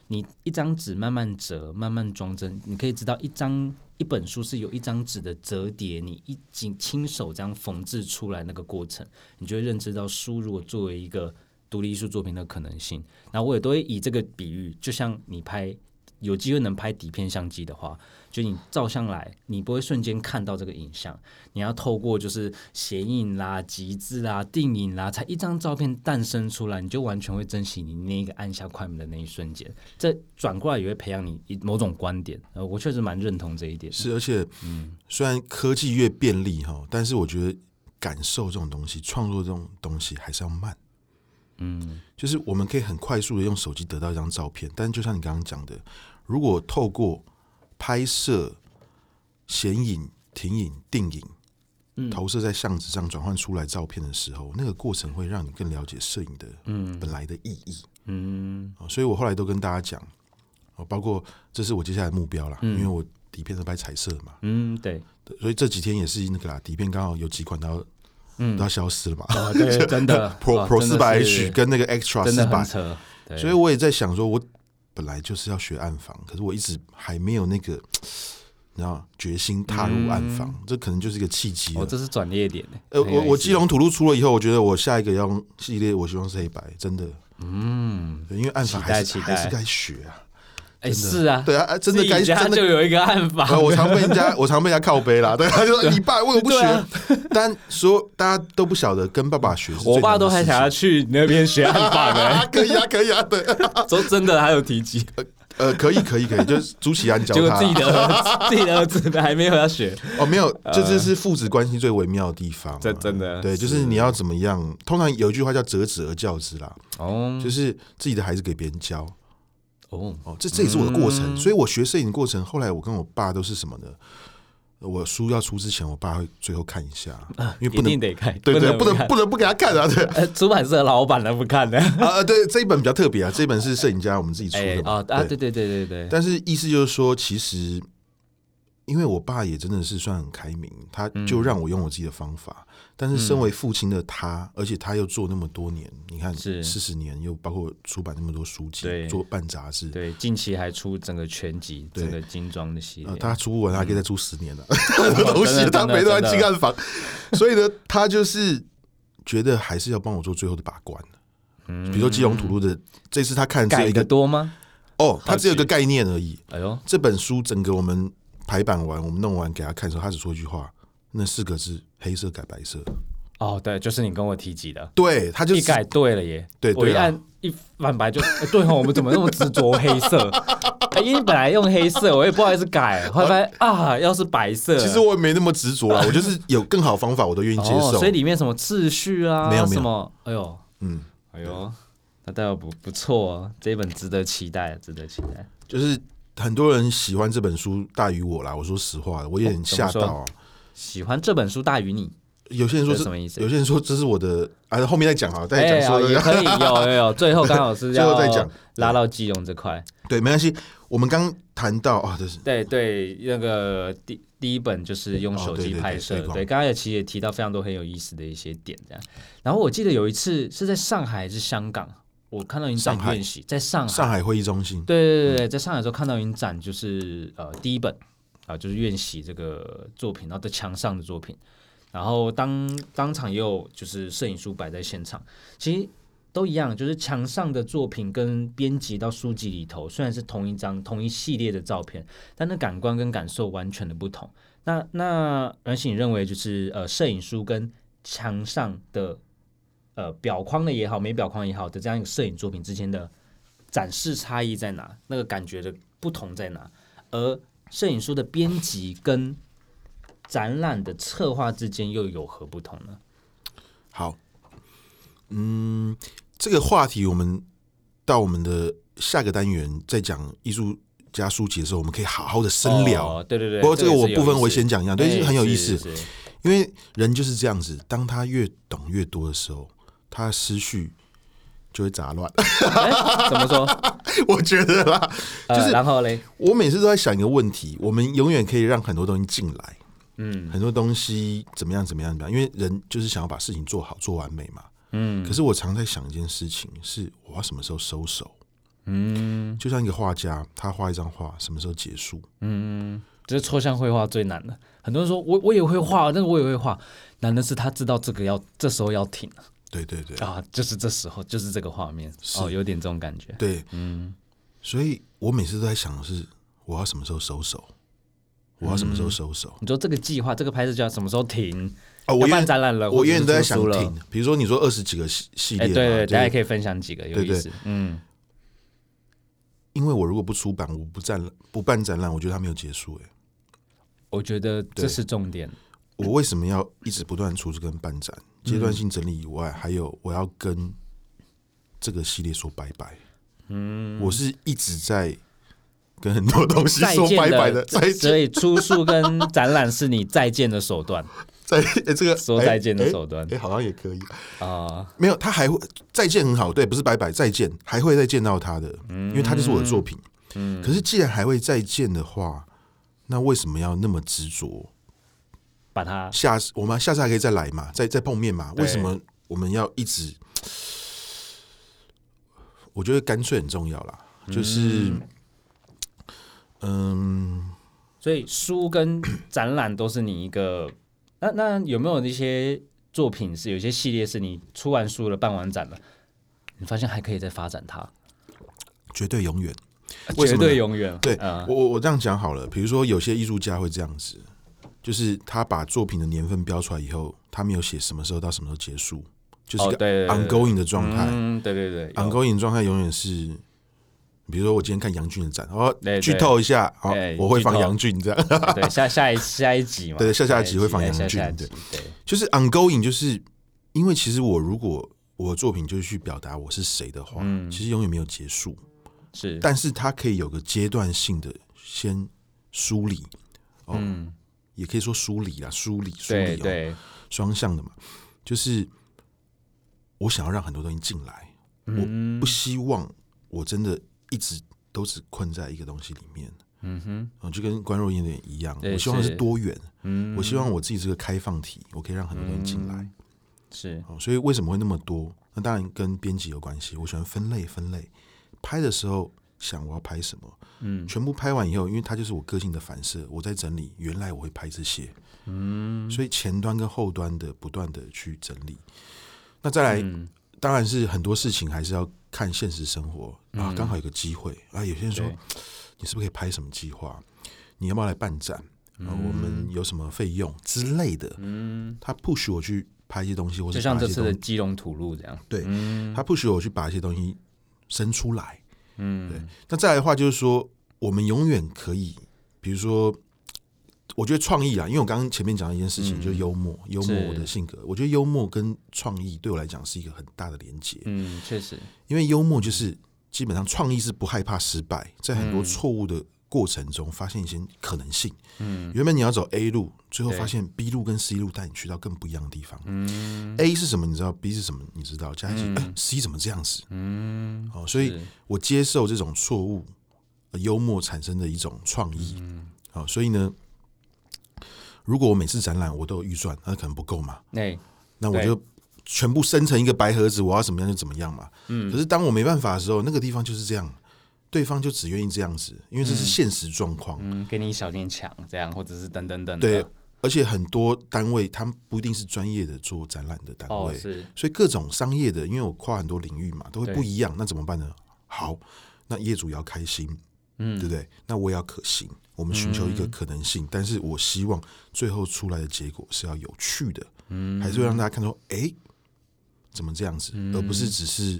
[SPEAKER 2] 你一张纸慢慢折，慢慢装帧，你可以知道一张一本书是由一张纸的折叠，你一紧亲手这样缝制出来那个过程，你就会认知到书如果作为一个独立艺术作品的可能性。然后我也都会以这个比喻，就像你拍有机会能拍底片相机的话，就你照相来，你不会瞬间看到这个影像，你要透过就是显影啦、极致啦、定影啦，才一张照片诞生出来，你就完全会珍惜你那一个按下快门的那一瞬间。这转过来也会培养你一某种观点，呃，我确实蛮认同这一点。嗯
[SPEAKER 1] 是，而且，虽然科技越便利哈，但是我觉得感受这种东西、创作这种东西还是要慢。嗯，就是我们可以很快速的用手机得到一张照片，但就像你刚刚讲的，如果透过拍摄、显影、停影、定影
[SPEAKER 2] 嗯
[SPEAKER 1] 投射在相纸上转换出来照片的时候，那个过程会让你更了解摄影的
[SPEAKER 2] 嗯
[SPEAKER 1] 本来的意义。
[SPEAKER 2] 嗯
[SPEAKER 1] 哦，所以我后来都跟大家讲，哦，包括这是我接下来的目标啦，
[SPEAKER 2] 嗯
[SPEAKER 1] 因为我底片是拍彩色的嘛，
[SPEAKER 2] 嗯，对，
[SPEAKER 1] 所以这几天也是那个啦，底片刚好有几款都要
[SPEAKER 2] 嗯
[SPEAKER 1] 都要消失了嘛、
[SPEAKER 2] 啊，对， 真的
[SPEAKER 1] pro pro 四百 H 跟
[SPEAKER 2] 跟
[SPEAKER 1] 那个 extra
[SPEAKER 2] 真
[SPEAKER 1] 四
[SPEAKER 2] 的很
[SPEAKER 1] 百，
[SPEAKER 2] 扯，对
[SPEAKER 1] 所以我也在想说，我本来就是要学暗房，可是我一直还没有那个，你知道，决心踏入暗房，这可能就是一个契机了。
[SPEAKER 2] 嗯哦，这是转捩点欸
[SPEAKER 1] 呃，
[SPEAKER 2] 很有
[SPEAKER 1] 我
[SPEAKER 2] 意
[SPEAKER 1] 我
[SPEAKER 2] 思
[SPEAKER 1] 基隆土路出了以后，我觉得我下一个要用系列，我希望是黑白，真的，
[SPEAKER 2] 嗯，
[SPEAKER 1] 对因为暗房
[SPEAKER 2] 期待
[SPEAKER 1] 还是
[SPEAKER 2] 期
[SPEAKER 1] 还
[SPEAKER 2] 待
[SPEAKER 1] 是该学啊，
[SPEAKER 2] 哎，是啊，
[SPEAKER 1] 对啊，啊真的
[SPEAKER 2] 自己
[SPEAKER 1] 该
[SPEAKER 2] 家
[SPEAKER 1] 真的
[SPEAKER 2] 就有一个案法
[SPEAKER 1] 呃，，我常被人家，我常被人家靠背啦，对，他就说你爸为什么不
[SPEAKER 2] 对啊
[SPEAKER 1] 学？但说大家都不晓得跟爸爸学是最
[SPEAKER 2] 我爸
[SPEAKER 1] 难的
[SPEAKER 2] 都还
[SPEAKER 1] 事
[SPEAKER 2] 想要
[SPEAKER 1] 情
[SPEAKER 2] 去那边学案法 呢，
[SPEAKER 1] 啊，可以啊，可以啊，对，
[SPEAKER 2] 说真的，他有提及，
[SPEAKER 1] 呃，可以，可以，可以，就是朱启安教
[SPEAKER 2] 结果
[SPEAKER 1] 他
[SPEAKER 2] 自己
[SPEAKER 1] 啦
[SPEAKER 2] 的儿子自己的儿 子还没有要学，
[SPEAKER 1] 哦，没有，这就是父子关系最微妙的地方啊，
[SPEAKER 2] 呃这真的
[SPEAKER 1] 对，就是你要怎么样？通常有一句话叫“择子而教之”啦，
[SPEAKER 2] 哦
[SPEAKER 1] 就是自己的孩子给别人教。
[SPEAKER 2] 哦，
[SPEAKER 1] 哦，这这也是我的过程，
[SPEAKER 2] 嗯
[SPEAKER 1] 所以我学摄影的过程，后来我跟我爸都是什么呢？我书要出之前，我爸会最后看一下，因为不
[SPEAKER 2] 啊一
[SPEAKER 1] 能
[SPEAKER 2] 定得看，
[SPEAKER 1] 对对，不能
[SPEAKER 2] 看
[SPEAKER 1] 不能不给他看啊，对。
[SPEAKER 2] 呃，出版社老板都不看的，
[SPEAKER 1] 啊，呃对，这一本比较特别啊，这一本是摄影家我们自己出
[SPEAKER 2] 哎
[SPEAKER 1] 的嘛。
[SPEAKER 2] 哦啊，对对对对对，
[SPEAKER 1] 但是意思就是说，其实因为我爸也真的是算很开明，他
[SPEAKER 2] 嗯
[SPEAKER 1] 就让我用我自己的方法。但是身为父亲的他，而且他又做那么多年，你看
[SPEAKER 2] 嗯是
[SPEAKER 1] 四十年，又包括出版那么多书籍，
[SPEAKER 2] 对
[SPEAKER 1] 做办杂志。
[SPEAKER 2] 对，近期还出整个全集，
[SPEAKER 1] 对
[SPEAKER 2] 整个精装的系
[SPEAKER 1] 呃
[SPEAKER 2] 列，哦
[SPEAKER 1] 他出完还可以再出十年了，很多 东西
[SPEAKER 2] 嗯真的
[SPEAKER 1] 他
[SPEAKER 2] 真的
[SPEAKER 1] 没都在
[SPEAKER 2] 真的
[SPEAKER 1] 进暗房，所以呢，他就是觉得还是要帮我做最后的把关。
[SPEAKER 2] 嗯
[SPEAKER 1] 比如说基隆土路的，这次他看只有
[SPEAKER 2] 改
[SPEAKER 1] 一
[SPEAKER 2] 的
[SPEAKER 1] 个
[SPEAKER 2] 多吗？
[SPEAKER 1] 哦，他只有一个
[SPEAKER 2] 好奇
[SPEAKER 1] 概念而已，
[SPEAKER 2] 哎呦，
[SPEAKER 1] 这本书整个我们排版完，我们弄完给他看的时候，他只说一句话，那四个字：黑色改白色。
[SPEAKER 2] 哦，对，就是你跟我提及的，
[SPEAKER 1] 对，他就
[SPEAKER 2] 一
[SPEAKER 1] 是
[SPEAKER 2] 改对了耶，
[SPEAKER 1] 对
[SPEAKER 2] 我一
[SPEAKER 1] 对啊
[SPEAKER 2] 按一反白就， 哎对哦，我们怎么那么执着黑色？ 哎因为本来用黑色，我也不好意思改，后来发现啊，要是白色，
[SPEAKER 1] 其实我也没那么执着啊 啦，我就是有更好方法，我都愿意接
[SPEAKER 2] 哦，
[SPEAKER 1] 受。
[SPEAKER 2] 所以里面什么秩序啊，
[SPEAKER 1] 没有没有
[SPEAKER 2] 什么，哎呦，
[SPEAKER 1] 嗯，
[SPEAKER 2] 哎呦，那代表不不错哦，这一本值得期待，值得期待。
[SPEAKER 1] 就是很多人喜欢这本书大于我啦，我说实话，我有点吓到啊。
[SPEAKER 2] 哦喜欢这本书大于你，
[SPEAKER 1] 有些人说
[SPEAKER 2] 这
[SPEAKER 1] 这
[SPEAKER 2] 什么意思
[SPEAKER 1] 有些人说这是我的，啊，后面再讲啊，再
[SPEAKER 2] 哎
[SPEAKER 1] 讲
[SPEAKER 2] 呀，
[SPEAKER 1] 说
[SPEAKER 2] 也
[SPEAKER 1] 的。
[SPEAKER 2] 可以，有有有，最后刚好是
[SPEAKER 1] 最后再
[SPEAKER 2] 要
[SPEAKER 1] 讲
[SPEAKER 2] 拉到基隆这块。
[SPEAKER 1] 对，没关系。我们刚谈到啊，这是
[SPEAKER 2] 对对，那个第第一本就是用手机拍摄，
[SPEAKER 1] 哦对对对推广
[SPEAKER 2] 对，刚才也其实也提到非常多很有意思的一些点，这样。然后我记得有一次是在上海还是香港，我看到你展
[SPEAKER 1] 上海
[SPEAKER 2] 院喜在上海，
[SPEAKER 1] 上海会议中心。
[SPEAKER 2] 对对对对，在上海的时候看到影展，就是呃第一本啊、就是院喜这个作品，然后在墙上的作品，然后当当场也有就是摄影书摆在现场，其实都一样，就是墙上的作品跟编辑到书籍里头，虽然是同一张同一系列的照片，但那感官跟感受完全的不同。那那阮喜，你认为就是呃摄影书跟墙上的呃表框的也好，没表框也好的这样一个摄影作品之间的展示差异在哪，那个感觉的不同在哪，而摄影书的编辑跟展览的策划之间又有何不同呢？
[SPEAKER 1] 好，嗯，这个话题我们到我们的下个单元再讲艺术家书籍的时候，我们可以好好的深聊。
[SPEAKER 2] 哦对对对。
[SPEAKER 1] 不过这个我
[SPEAKER 2] 也是有
[SPEAKER 1] 部分
[SPEAKER 2] 意思
[SPEAKER 1] 我先讲一样，对，
[SPEAKER 2] 哎
[SPEAKER 1] 很有
[SPEAKER 2] 是
[SPEAKER 1] 意思，
[SPEAKER 2] 是是
[SPEAKER 1] 因为人就是这样子，当他越懂越多的时候，他思绪就会杂乱。
[SPEAKER 2] 哎怎么说？
[SPEAKER 1] 我觉得啦，
[SPEAKER 2] 呃
[SPEAKER 1] 就是
[SPEAKER 2] 然后嘞，
[SPEAKER 1] 我每次都在想一个问题：我们永远可以让很多东西进来，
[SPEAKER 2] 嗯
[SPEAKER 1] 很多东西怎么样怎么样怎么样？因为人就是想要把事情做好、做完美嘛。
[SPEAKER 2] 嗯
[SPEAKER 1] 可是我常在想一件事情：是我要什么时候收手？
[SPEAKER 2] 嗯
[SPEAKER 1] 就像一个画家，他画一张画，什么时候结束？
[SPEAKER 2] 嗯，这是抽象绘画最难的。很多人说我我也会画，但是我也会画，难的是他知道这个要这时候要停了
[SPEAKER 1] 对对对
[SPEAKER 2] 啊，就是这时候，就是这个画面哦，有点这种感觉。
[SPEAKER 1] 对，
[SPEAKER 2] 嗯
[SPEAKER 1] 所以我每次都在想的是，我要什么时候收手？我要什
[SPEAKER 2] 嗯
[SPEAKER 1] 么时候收手？
[SPEAKER 2] 你说这个计划，这个拍摄就要什么时候停？
[SPEAKER 1] 啊，我
[SPEAKER 2] 要办
[SPEAKER 1] 远
[SPEAKER 2] 展览了，
[SPEAKER 1] 我
[SPEAKER 2] 永
[SPEAKER 1] 远
[SPEAKER 2] 远
[SPEAKER 1] 都在想
[SPEAKER 2] 了。
[SPEAKER 1] 停。比如说你说二十几个系系
[SPEAKER 2] 哎，
[SPEAKER 1] 列
[SPEAKER 2] 对
[SPEAKER 1] 嘛，
[SPEAKER 2] 对，
[SPEAKER 1] 就
[SPEAKER 2] 大家
[SPEAKER 1] 是
[SPEAKER 2] 可以分享几个有
[SPEAKER 1] 对
[SPEAKER 2] 意
[SPEAKER 1] 对
[SPEAKER 2] 思。嗯，
[SPEAKER 1] 因为我如果不出版，我不展不办展览，我觉得它没有结束、欸。
[SPEAKER 2] 我觉得这
[SPEAKER 1] 对
[SPEAKER 2] 是重 点。
[SPEAKER 1] 我为什么要一直不断出这跟办展？
[SPEAKER 2] 嗯
[SPEAKER 1] 阶段性整理以外，还有我要跟这个系列说拜拜。嗯，我是一直在跟很多东西
[SPEAKER 2] 再
[SPEAKER 1] 说
[SPEAKER 2] 见
[SPEAKER 1] 拜拜
[SPEAKER 2] 的
[SPEAKER 1] 的，再见。
[SPEAKER 2] 所以出书跟展览是你再见的手段。
[SPEAKER 1] 在、诶哎这个
[SPEAKER 2] 说再见的手段
[SPEAKER 1] 哎、诶好像也可以。
[SPEAKER 2] 啊，
[SPEAKER 1] 没有，他还会再见很好，对，不是拜拜，再见还会再见到他的，
[SPEAKER 2] 嗯
[SPEAKER 1] 因为他就是我的作品。可是既然还会再见的话，那为什么要那么执着？
[SPEAKER 2] 把它
[SPEAKER 1] 下次我们下次还可以再来嘛，再再碰面嘛？
[SPEAKER 2] 对
[SPEAKER 1] 为什么我们要一直？我觉得干脆很重要啦，就是嗯，
[SPEAKER 2] 所以书跟展览都是你一个。 那那有没有一些作品是有些系列是你出完书了、办完展了，你发现还可以再发展它，
[SPEAKER 1] 啊绝对永远。为什
[SPEAKER 2] 绝
[SPEAKER 1] 么呢
[SPEAKER 2] 对永远
[SPEAKER 1] 对、
[SPEAKER 2] 啊、
[SPEAKER 1] 我我我这样讲好了，比如说有些艺术家会这样子，就是他把作品的年份标出来以后，他没有写什么时候到什么时候结束，就是一
[SPEAKER 2] 哦
[SPEAKER 1] 个
[SPEAKER 2] 对对对对
[SPEAKER 1] ongoing 的状态。
[SPEAKER 2] 嗯，对对对有
[SPEAKER 1] ongoing 状态永远是。比如说，我今天看杨俊的展，哦
[SPEAKER 2] 对对，
[SPEAKER 1] 剧透一下，好
[SPEAKER 2] 对，
[SPEAKER 1] 我会
[SPEAKER 2] 剧透
[SPEAKER 1] 放杨俊这样，
[SPEAKER 2] 对下下一下一集嘛，
[SPEAKER 1] 对下下一集会放
[SPEAKER 2] 对
[SPEAKER 1] 杨
[SPEAKER 2] 下
[SPEAKER 1] 俊
[SPEAKER 2] 下一集对，
[SPEAKER 1] 就是 ongoing，就是因为其实我如果我的作品就是去表达我是谁的话，
[SPEAKER 2] 嗯
[SPEAKER 1] 其实永远没有结束，
[SPEAKER 2] 是，
[SPEAKER 1] 但是它可以有个阶段性的先梳理，哦
[SPEAKER 2] 嗯，
[SPEAKER 1] 也可以说梳理啦，梳理梳
[SPEAKER 2] 对
[SPEAKER 1] 理哦，
[SPEAKER 2] 对，
[SPEAKER 1] 双向的嘛，就是我想要让很多东西进来，
[SPEAKER 2] 嗯
[SPEAKER 1] 不希望我真的一直都是困在一个东西里面，
[SPEAKER 2] 嗯哼，
[SPEAKER 1] 嗯，就跟关若英有点一样，
[SPEAKER 2] 对
[SPEAKER 1] 我希望是
[SPEAKER 2] 是
[SPEAKER 1] 多元，
[SPEAKER 2] 嗯，
[SPEAKER 1] 我希望我自己是个开放体，我可以让很多东西进来。
[SPEAKER 2] 是
[SPEAKER 1] 哦，所以为什么会那么多？那当然跟编辑有关系。我喜欢分类分类，拍的时候想我要拍什么，
[SPEAKER 2] 嗯
[SPEAKER 1] 全部拍完以后，因为它就是我个性的反射，我在整理原来我会拍这些，嗯，所以前端跟后端的不断的去整理。那再来，
[SPEAKER 2] 嗯
[SPEAKER 1] 当然是很多事情还是要看现实生活啊，刚好有个机会啊，有些人说
[SPEAKER 2] 嗯对
[SPEAKER 1] 你是不是可以拍什么计划？你要不要来办展？啊，我们有什么费用之类的？
[SPEAKER 2] 嗯，
[SPEAKER 1] 他 push 我去拍一些东西，或者
[SPEAKER 2] 就像这次
[SPEAKER 1] 东西。
[SPEAKER 2] 的基隆吐露这样，
[SPEAKER 1] 对
[SPEAKER 2] 嗯
[SPEAKER 1] 他不许我去把一些东西生出来。
[SPEAKER 2] 嗯，
[SPEAKER 1] 那再来的话，就是说，我们永远可以，比如说，我觉得创意啊，因为我刚刚前面讲的一件事情，
[SPEAKER 2] 嗯
[SPEAKER 1] 就是幽默，幽默
[SPEAKER 2] 是
[SPEAKER 1] 我的性格，我觉得幽默跟创意对我来讲是一个很大的连接，
[SPEAKER 2] 嗯，确实，
[SPEAKER 1] 因为幽默就是基本上创意是不害怕失败，在很多错误的。过程中发现一些可能性，
[SPEAKER 2] 嗯，
[SPEAKER 1] 原本你要走 A 路，最后
[SPEAKER 2] 对
[SPEAKER 1] 发现 B 路跟 C 路带你去到更不一样的地方。
[SPEAKER 2] 嗯
[SPEAKER 1] A 是什么你知道，B 是什么你知道，加一起、
[SPEAKER 2] 嗯
[SPEAKER 1] 哎 C 怎么这样子？
[SPEAKER 2] 嗯，
[SPEAKER 1] 哦，所以
[SPEAKER 2] 是
[SPEAKER 1] 我接受这种错误、呃幽默产生的一种创意。
[SPEAKER 2] 嗯
[SPEAKER 1] 好、所以呢，如果我每次展览我都有预算，那可能不够嘛，
[SPEAKER 2] 那
[SPEAKER 1] 那我
[SPEAKER 2] 对
[SPEAKER 1] 就全部生成一个白盒子，我要怎么样就怎么样嘛。
[SPEAKER 2] 嗯
[SPEAKER 1] 可是当我没办法的时候，那个地方就是这样，对方就只愿意这样子，因为这是现实状况。
[SPEAKER 2] 嗯，给你一小件墙这样，或者是等等等，
[SPEAKER 1] 对，，而且很多单位他们不一定是专业的做展览的单
[SPEAKER 2] 哦
[SPEAKER 1] 位，
[SPEAKER 2] 是，
[SPEAKER 1] 所以各种商业的，因为我跨很多领域嘛，都会
[SPEAKER 2] 对
[SPEAKER 1] 不一样。那怎么办呢？好，那业主也要开心，
[SPEAKER 2] 嗯
[SPEAKER 1] 对不对？那我也要可行。我们寻求一个可能性，但是我希望最后出来的结果是要有趣的，
[SPEAKER 2] 嗯
[SPEAKER 1] 还是会让大家看到，哎，怎么这样子，而不是只是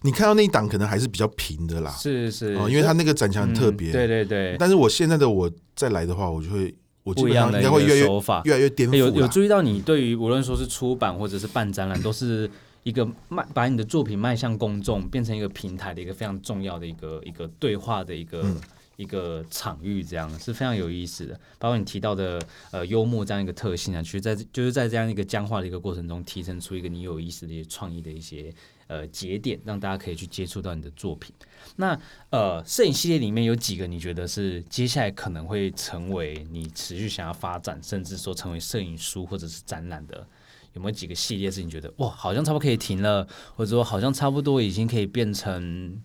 [SPEAKER 1] 你看到那一档可能还是比较平的啦，
[SPEAKER 2] 是是，
[SPEAKER 1] 哦，因为它那个展墙很特别。
[SPEAKER 2] 嗯对对对，
[SPEAKER 1] 但是我现在的我再来的话，我就会我基
[SPEAKER 2] 不一
[SPEAKER 1] 本上
[SPEAKER 2] 样的
[SPEAKER 1] 应
[SPEAKER 2] 一
[SPEAKER 1] 该会越来
[SPEAKER 2] 个
[SPEAKER 1] 越
[SPEAKER 2] 手法，
[SPEAKER 1] 越来越颠
[SPEAKER 2] 欸有
[SPEAKER 1] 覆
[SPEAKER 2] 有
[SPEAKER 1] 啦。
[SPEAKER 2] 注意到你对于无论说是出版或者是办展览，都是一个迈把你的作品迈向公众，变成一个平台的一个非常重要的一个一个对话的一个。
[SPEAKER 1] 嗯
[SPEAKER 2] 一个场域这样是非常有意思的，包括你提到的呃幽默这样一个特性啊，其实在就是在这样一个僵化的一个过程中，提升出一个你有意思的一些创意的一些呃节点，让大家可以去接触到你的作品。那呃，摄影系列里面有几个你觉得是接下来可能会成为你持续想要发展，甚至说成为摄影书或者是展览的？有没有几个系列是你觉得哇，好像差不多可以停了，或者说好像差不多已经可以变成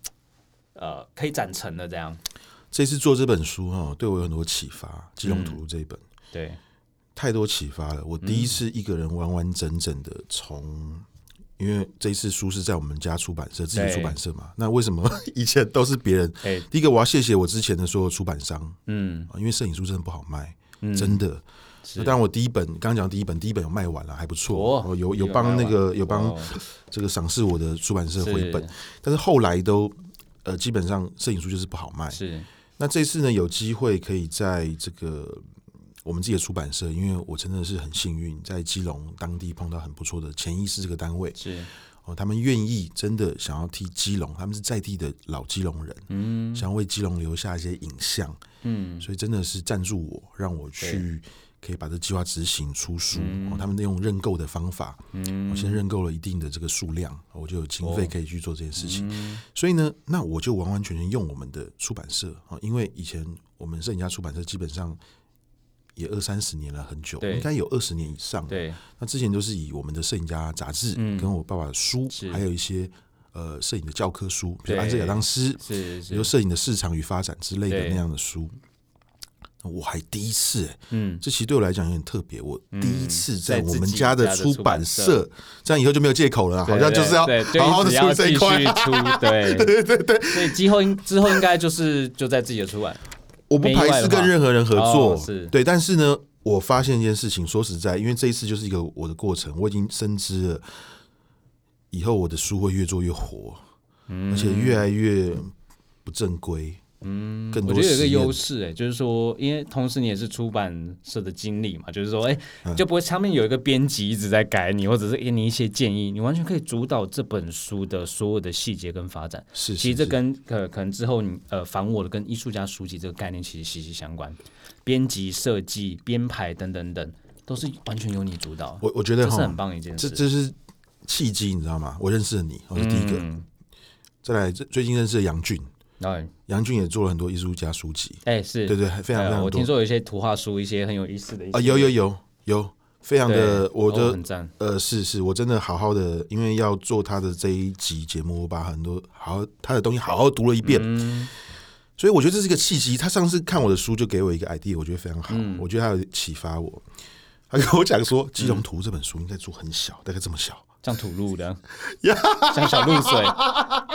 [SPEAKER 2] 呃可以展成了这样？
[SPEAKER 1] 这次做这本书哈，对我有很多启发，《
[SPEAKER 2] 嗯
[SPEAKER 1] 基隆土路》这一本。
[SPEAKER 2] 对，
[SPEAKER 1] 太多启发了。我第一次一个人完完整整的从，因为这一次书是在我们家出版社自己
[SPEAKER 2] 对
[SPEAKER 1] 出版社嘛，那为什么 以前都是别人？
[SPEAKER 2] 哎、
[SPEAKER 1] 第一个我要谢谢我之前的所有出版商，
[SPEAKER 2] 嗯
[SPEAKER 1] 啊因为摄影书真的不好卖，
[SPEAKER 2] 嗯，
[SPEAKER 1] 真的。
[SPEAKER 2] 是
[SPEAKER 1] 那当然，我第一本刚刚讲的第一本，第一本有卖完了，还不错
[SPEAKER 2] 哦，
[SPEAKER 1] 哦有有
[SPEAKER 2] 有
[SPEAKER 1] 帮
[SPEAKER 2] 卖
[SPEAKER 1] 那个
[SPEAKER 2] 完
[SPEAKER 1] 有帮
[SPEAKER 2] 哦
[SPEAKER 1] 这个赏识我的出版社
[SPEAKER 2] 是
[SPEAKER 1] 回本，但是后来都呃基本上摄影书就是不好卖。
[SPEAKER 2] 是
[SPEAKER 1] 那这次呢，有机会可以在这个嗯我们自己的出版社，因为我真的是很幸运，在基隆当地碰到很不错的潜意识这个单位
[SPEAKER 2] 是，
[SPEAKER 1] 哦，他们愿意真的想要替基隆，他们是在地的老基隆人，
[SPEAKER 2] 嗯
[SPEAKER 1] 想要为基隆留下一些影像，
[SPEAKER 2] 嗯
[SPEAKER 1] 所以真的是赞助我，让我去可以把这计划执行出书。
[SPEAKER 2] 嗯
[SPEAKER 1] 哦，他们那用认购的方法，我先认购了一定的这个数量，我就有经
[SPEAKER 2] 哦
[SPEAKER 1] 费可以去做这件事情。
[SPEAKER 2] 嗯
[SPEAKER 1] 所以呢，那我就完完全全用我们的出版社啊，哦因为以前我们摄影家出版社基本上也二三十年了，很久，
[SPEAKER 2] 对
[SPEAKER 1] 应该有二十年以上了。
[SPEAKER 2] 对，
[SPEAKER 1] 那之前都是以我们的摄影家杂志，跟我爸爸的书，
[SPEAKER 2] 是
[SPEAKER 1] 还有一些呃摄影的教科书，比
[SPEAKER 2] 对
[SPEAKER 1] 如安哲亚当斯，
[SPEAKER 2] 是
[SPEAKER 1] 比如
[SPEAKER 2] 是，
[SPEAKER 1] 摄影的市场与发展之类的
[SPEAKER 2] 对
[SPEAKER 1] 那样的书。我还第一次、欸，
[SPEAKER 2] 嗯，
[SPEAKER 1] 这其实对我来讲有点特别。我第一次在
[SPEAKER 2] 在自
[SPEAKER 1] 我
[SPEAKER 2] 己
[SPEAKER 1] 们家的出版
[SPEAKER 2] 家的
[SPEAKER 1] 社，这样以后就没有借口 了，好像就是要
[SPEAKER 2] 对对对
[SPEAKER 1] 好好的
[SPEAKER 2] 就一
[SPEAKER 1] 出
[SPEAKER 2] 直要
[SPEAKER 1] 这一
[SPEAKER 2] 继
[SPEAKER 1] 块
[SPEAKER 2] 续。出， 对对对对，所以 之后应之后应该就是就在自己的出版，
[SPEAKER 1] 我不排斥跟任何人合作，
[SPEAKER 2] 哦是
[SPEAKER 1] 对，但是呢，我发现一件事情，说实在，因为这一次就是一个我的过程，我已经深知了以后我的书会越做越火，
[SPEAKER 2] 嗯
[SPEAKER 1] 而且越来越不正规，嗯，更
[SPEAKER 2] 我
[SPEAKER 1] 多
[SPEAKER 2] 觉
[SPEAKER 1] 实
[SPEAKER 2] 得有一个
[SPEAKER 1] 验
[SPEAKER 2] 优势，哎，就是说，因为同时你也是出版社的经理嘛，就是说，哎、
[SPEAKER 1] 嗯
[SPEAKER 2] 就不会上面有一个编辑一直在改你，或者是给你一些建议，你完全可以主导这本书的所有的细节跟发展。
[SPEAKER 1] 是，
[SPEAKER 2] 其实
[SPEAKER 1] 是
[SPEAKER 2] 这
[SPEAKER 1] 是
[SPEAKER 2] 跟呃可能之后你呃反我的跟艺术家书籍这个概念其实息息相关，编辑、设计、编排等等等，都是完全由你主导，
[SPEAKER 1] 我我觉
[SPEAKER 2] 这
[SPEAKER 1] 得
[SPEAKER 2] 是
[SPEAKER 1] 哈
[SPEAKER 2] 很，棒一件
[SPEAKER 1] 这
[SPEAKER 2] 事。
[SPEAKER 1] 这是契机，你知道吗？我认识了你，我是第一个，
[SPEAKER 2] 嗯，
[SPEAKER 1] 再来这最近认识了杨俊，
[SPEAKER 2] 哎
[SPEAKER 1] 杨俊也做了很多艺术家书籍，
[SPEAKER 2] 哎是，
[SPEAKER 1] 对对，非常非
[SPEAKER 2] 呃
[SPEAKER 1] 常
[SPEAKER 2] 我
[SPEAKER 1] 多
[SPEAKER 2] 听说有一些图画书，一些很有意思的一些
[SPEAKER 1] 啊，有有有有，非常的
[SPEAKER 2] 对，
[SPEAKER 1] 我
[SPEAKER 2] 哦
[SPEAKER 1] 的
[SPEAKER 2] 很赞，
[SPEAKER 1] 呃，是是，我真的好好的，因为要做他的这一集节目，我把很多好好他的东西好好读了一遍，
[SPEAKER 2] 嗯
[SPEAKER 1] 所以我觉得这是一个契机。他上次看我的书就给我一个 idea，我觉得非常好，
[SPEAKER 2] 嗯
[SPEAKER 1] 我觉得他有启发我。他跟我讲说，《基隆图》这本书应该做很小，大概这么小，
[SPEAKER 2] 像土 路的，像小露水，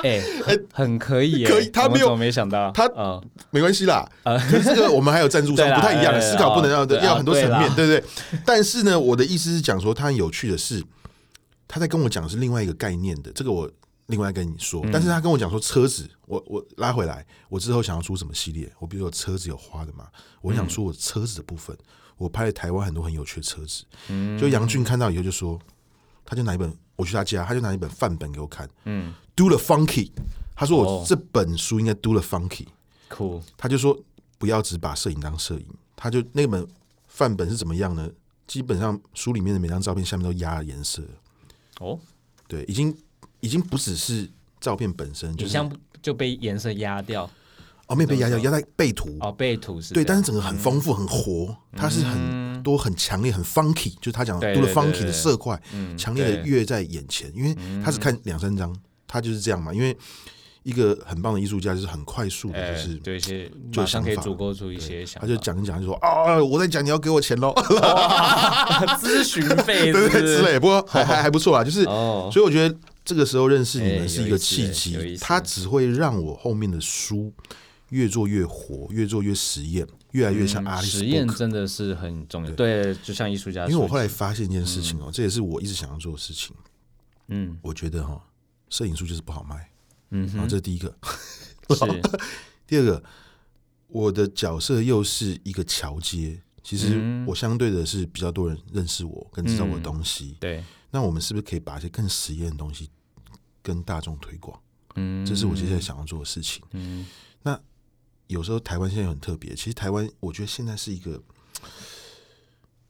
[SPEAKER 2] 哎、很很可以、耶
[SPEAKER 1] 可以他
[SPEAKER 2] 我们
[SPEAKER 1] 没有
[SPEAKER 2] 怎么没想到，
[SPEAKER 1] 他
[SPEAKER 2] 啊、
[SPEAKER 1] 没关系啦。可是这个我们还有赞助商
[SPEAKER 2] 呃对，啦
[SPEAKER 1] 不太一样的
[SPEAKER 2] 对啦
[SPEAKER 1] 思考，不能要
[SPEAKER 2] 对啦啊
[SPEAKER 1] 要很多层
[SPEAKER 2] 对
[SPEAKER 1] 面
[SPEAKER 2] 啦，
[SPEAKER 1] 对不对？但是呢，我的意思是讲说，他很有趣的是，他在跟我讲的是另外一个概念的，这个我另外跟你说。
[SPEAKER 2] 嗯
[SPEAKER 1] 但是他跟我讲说车子，我我拉回来，我之后想要出什么系列？我比如有车子有花的嘛，我
[SPEAKER 2] 嗯
[SPEAKER 1] 想出我车子的部分，我拍了台湾很多很有趣的车子。
[SPEAKER 2] 嗯
[SPEAKER 1] 就杨俊看到以后就说，他就拿一本，我去他家，他就拿一本范本给我看，嗯，Do the funky。他说
[SPEAKER 2] 哦
[SPEAKER 1] 我这本书应该 Do the funky，、
[SPEAKER 2] 酷，
[SPEAKER 1] 他就说不要只把摄影当摄影，他就那本范本是怎么样呢？基本上书里面的每张照片下面都压了颜色，
[SPEAKER 2] 哦，
[SPEAKER 1] 对，已经已经不只是照片本身，就
[SPEAKER 2] 影
[SPEAKER 1] 是
[SPEAKER 2] 像就被颜色压掉，
[SPEAKER 1] 哦没有被压掉，压在背图，
[SPEAKER 2] 哦，被土是
[SPEAKER 1] 对，
[SPEAKER 2] 这
[SPEAKER 1] 但
[SPEAKER 2] 样
[SPEAKER 1] 是整个很丰富、很活，它是很多、很强烈、很 funky，就是他讲
[SPEAKER 2] 嗯对
[SPEAKER 1] 多了
[SPEAKER 2] 对
[SPEAKER 1] funky
[SPEAKER 2] 对嗯
[SPEAKER 1] 的色块，强烈的跃在眼前，因为他只看两三张，他就是这样嘛，因为。一个很棒的艺术家就是很快速的，
[SPEAKER 2] 哎
[SPEAKER 1] 就是
[SPEAKER 2] 对一些
[SPEAKER 1] 就
[SPEAKER 2] 马上可以
[SPEAKER 1] 想法
[SPEAKER 2] 组构出一些
[SPEAKER 1] 对他
[SPEAKER 2] 想法，
[SPEAKER 1] 就讲一讲，就说啊，我在讲，你要给我钱喽，
[SPEAKER 2] 啊 咨询
[SPEAKER 1] 对
[SPEAKER 2] 费，是
[SPEAKER 1] 对
[SPEAKER 2] 不是
[SPEAKER 1] 之类。不 过还还还不错啦，啊就是，
[SPEAKER 2] 哦，
[SPEAKER 1] 所以我觉得这个时候认识你
[SPEAKER 2] 哎
[SPEAKER 1] 们是一
[SPEAKER 2] 有
[SPEAKER 1] 个
[SPEAKER 2] 意思
[SPEAKER 1] 契
[SPEAKER 2] 有
[SPEAKER 1] 机
[SPEAKER 2] 意，思
[SPEAKER 1] 它只会让我后面的书越做越活，越做越实验，越来越像阿里斯
[SPEAKER 2] 嗯实
[SPEAKER 1] 伯
[SPEAKER 2] 验
[SPEAKER 1] 克。
[SPEAKER 2] 真的是很重要，对，就像艺术家，
[SPEAKER 1] 因为我后来，发现一件事情哦，这也是我一直想要做的事情。
[SPEAKER 2] 嗯
[SPEAKER 1] 我觉得哈，摄影书就是不好卖，
[SPEAKER 2] 嗯
[SPEAKER 1] 啊，
[SPEAKER 2] 哼，
[SPEAKER 1] 这是第一个。
[SPEAKER 2] 是，
[SPEAKER 1] 第二个，我的角色又是一个桥接，其实
[SPEAKER 2] 嗯
[SPEAKER 1] 我相对的是比较多人认识我，跟知道我的
[SPEAKER 2] 嗯
[SPEAKER 1] 东西。
[SPEAKER 2] 对，
[SPEAKER 1] 那我们是不是可以把一些更实验的东西跟大众推广？
[SPEAKER 2] 嗯，
[SPEAKER 1] 这是我接下来想要做的事情。
[SPEAKER 2] 嗯，
[SPEAKER 1] 有时候台湾现在很特别，其实台湾我觉得现在是一个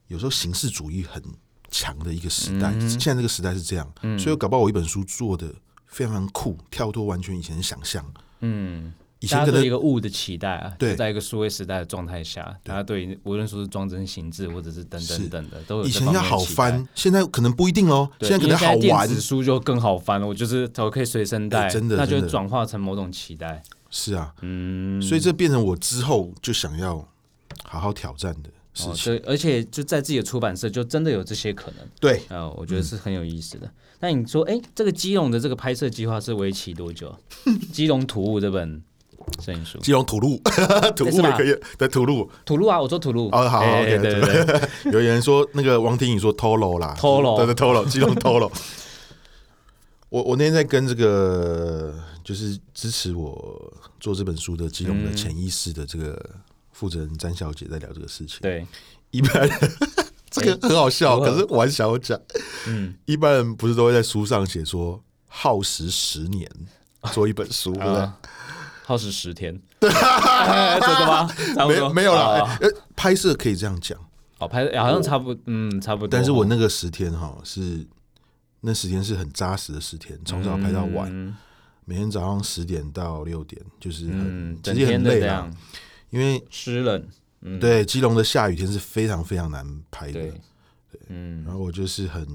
[SPEAKER 1] 有时候形式主义很强的一个时代。
[SPEAKER 2] 嗯
[SPEAKER 1] 现在这个时代是这样，所以搞不好我一本书做的非常酷，跳脱完全以前的想象。
[SPEAKER 2] 嗯。
[SPEAKER 1] 以
[SPEAKER 2] 大
[SPEAKER 1] 前
[SPEAKER 2] 家
[SPEAKER 1] 可
[SPEAKER 2] 对
[SPEAKER 1] 能
[SPEAKER 2] 一个物的期待啊，
[SPEAKER 1] 对
[SPEAKER 2] 就在一个数位时代的状态下，大家对于无论说是装帧形制或者是等等
[SPEAKER 1] 是
[SPEAKER 2] 等的，都有
[SPEAKER 1] 以
[SPEAKER 2] 这
[SPEAKER 1] 前
[SPEAKER 2] 方
[SPEAKER 1] 要
[SPEAKER 2] 面
[SPEAKER 1] 好
[SPEAKER 2] 的期待。
[SPEAKER 1] 翻，现在可能不一定喽。
[SPEAKER 2] 对
[SPEAKER 1] 现在可能好
[SPEAKER 2] 因为现在
[SPEAKER 1] 玩
[SPEAKER 2] 电子，书就更好翻了，我就是我可以随身带，
[SPEAKER 1] 哎真的
[SPEAKER 2] 那就
[SPEAKER 1] 真的
[SPEAKER 2] 转化成某种期待。
[SPEAKER 1] 是啊，
[SPEAKER 2] 嗯，
[SPEAKER 1] 所以这变成我之后就想要好好挑战的事
[SPEAKER 2] 哦，
[SPEAKER 1] 情。
[SPEAKER 2] 对，而且就在自己的出版社，就真的有这些可能。
[SPEAKER 1] 对，
[SPEAKER 2] 呃，我觉得是很有意
[SPEAKER 1] 嗯
[SPEAKER 2] 思的。那你说，哎，这个基隆的这个拍摄计划是为期 多久？基隆土物这本摄影书，
[SPEAKER 1] 基隆土 路，土路
[SPEAKER 2] 是吧
[SPEAKER 1] 也可以，对土路。
[SPEAKER 2] 土路啊，我说土路。
[SPEAKER 1] 哦好
[SPEAKER 2] 哎
[SPEAKER 1] OK，
[SPEAKER 2] 对对对，
[SPEAKER 1] 有人说那个王庭颖说偷楼啦，
[SPEAKER 2] 偷楼
[SPEAKER 1] 对对偷楼，激动偷 楼。我我那天在跟这个就是支持我做这本书的基
[SPEAKER 2] 嗯
[SPEAKER 1] 隆的潜意识的这个负责人詹小姐在聊这个事情。
[SPEAKER 2] 对，
[SPEAKER 1] 一般 人这个很好笑，
[SPEAKER 2] 如何
[SPEAKER 1] 可是我很想要讲，
[SPEAKER 2] 哎啊嗯，
[SPEAKER 1] 一般人不是都会在书上写说耗时十年做一本书，对不对？
[SPEAKER 2] 啊，耗 时十天，对，真的吗？差不
[SPEAKER 1] 没
[SPEAKER 2] 多
[SPEAKER 1] 有没有啦，哎
[SPEAKER 2] 啊
[SPEAKER 1] 呃，拍摄可以这样讲，
[SPEAKER 2] 哦，拍好像差不嗯差不多。
[SPEAKER 1] 但是我那个十天哈是那十天是很扎实的十天，从早拍到晚，
[SPEAKER 2] 嗯
[SPEAKER 1] 每天早上十点到六点，就是很、
[SPEAKER 2] 嗯，
[SPEAKER 1] 其
[SPEAKER 2] 整
[SPEAKER 1] 实也
[SPEAKER 2] 天
[SPEAKER 1] 很
[SPEAKER 2] 的
[SPEAKER 1] 累
[SPEAKER 2] 这
[SPEAKER 1] 啦
[SPEAKER 2] 样，
[SPEAKER 1] 因为
[SPEAKER 2] 湿冷，嗯，
[SPEAKER 1] 对基隆的下雨天是非常非常难拍的
[SPEAKER 2] 对。，嗯
[SPEAKER 1] 然后我就是很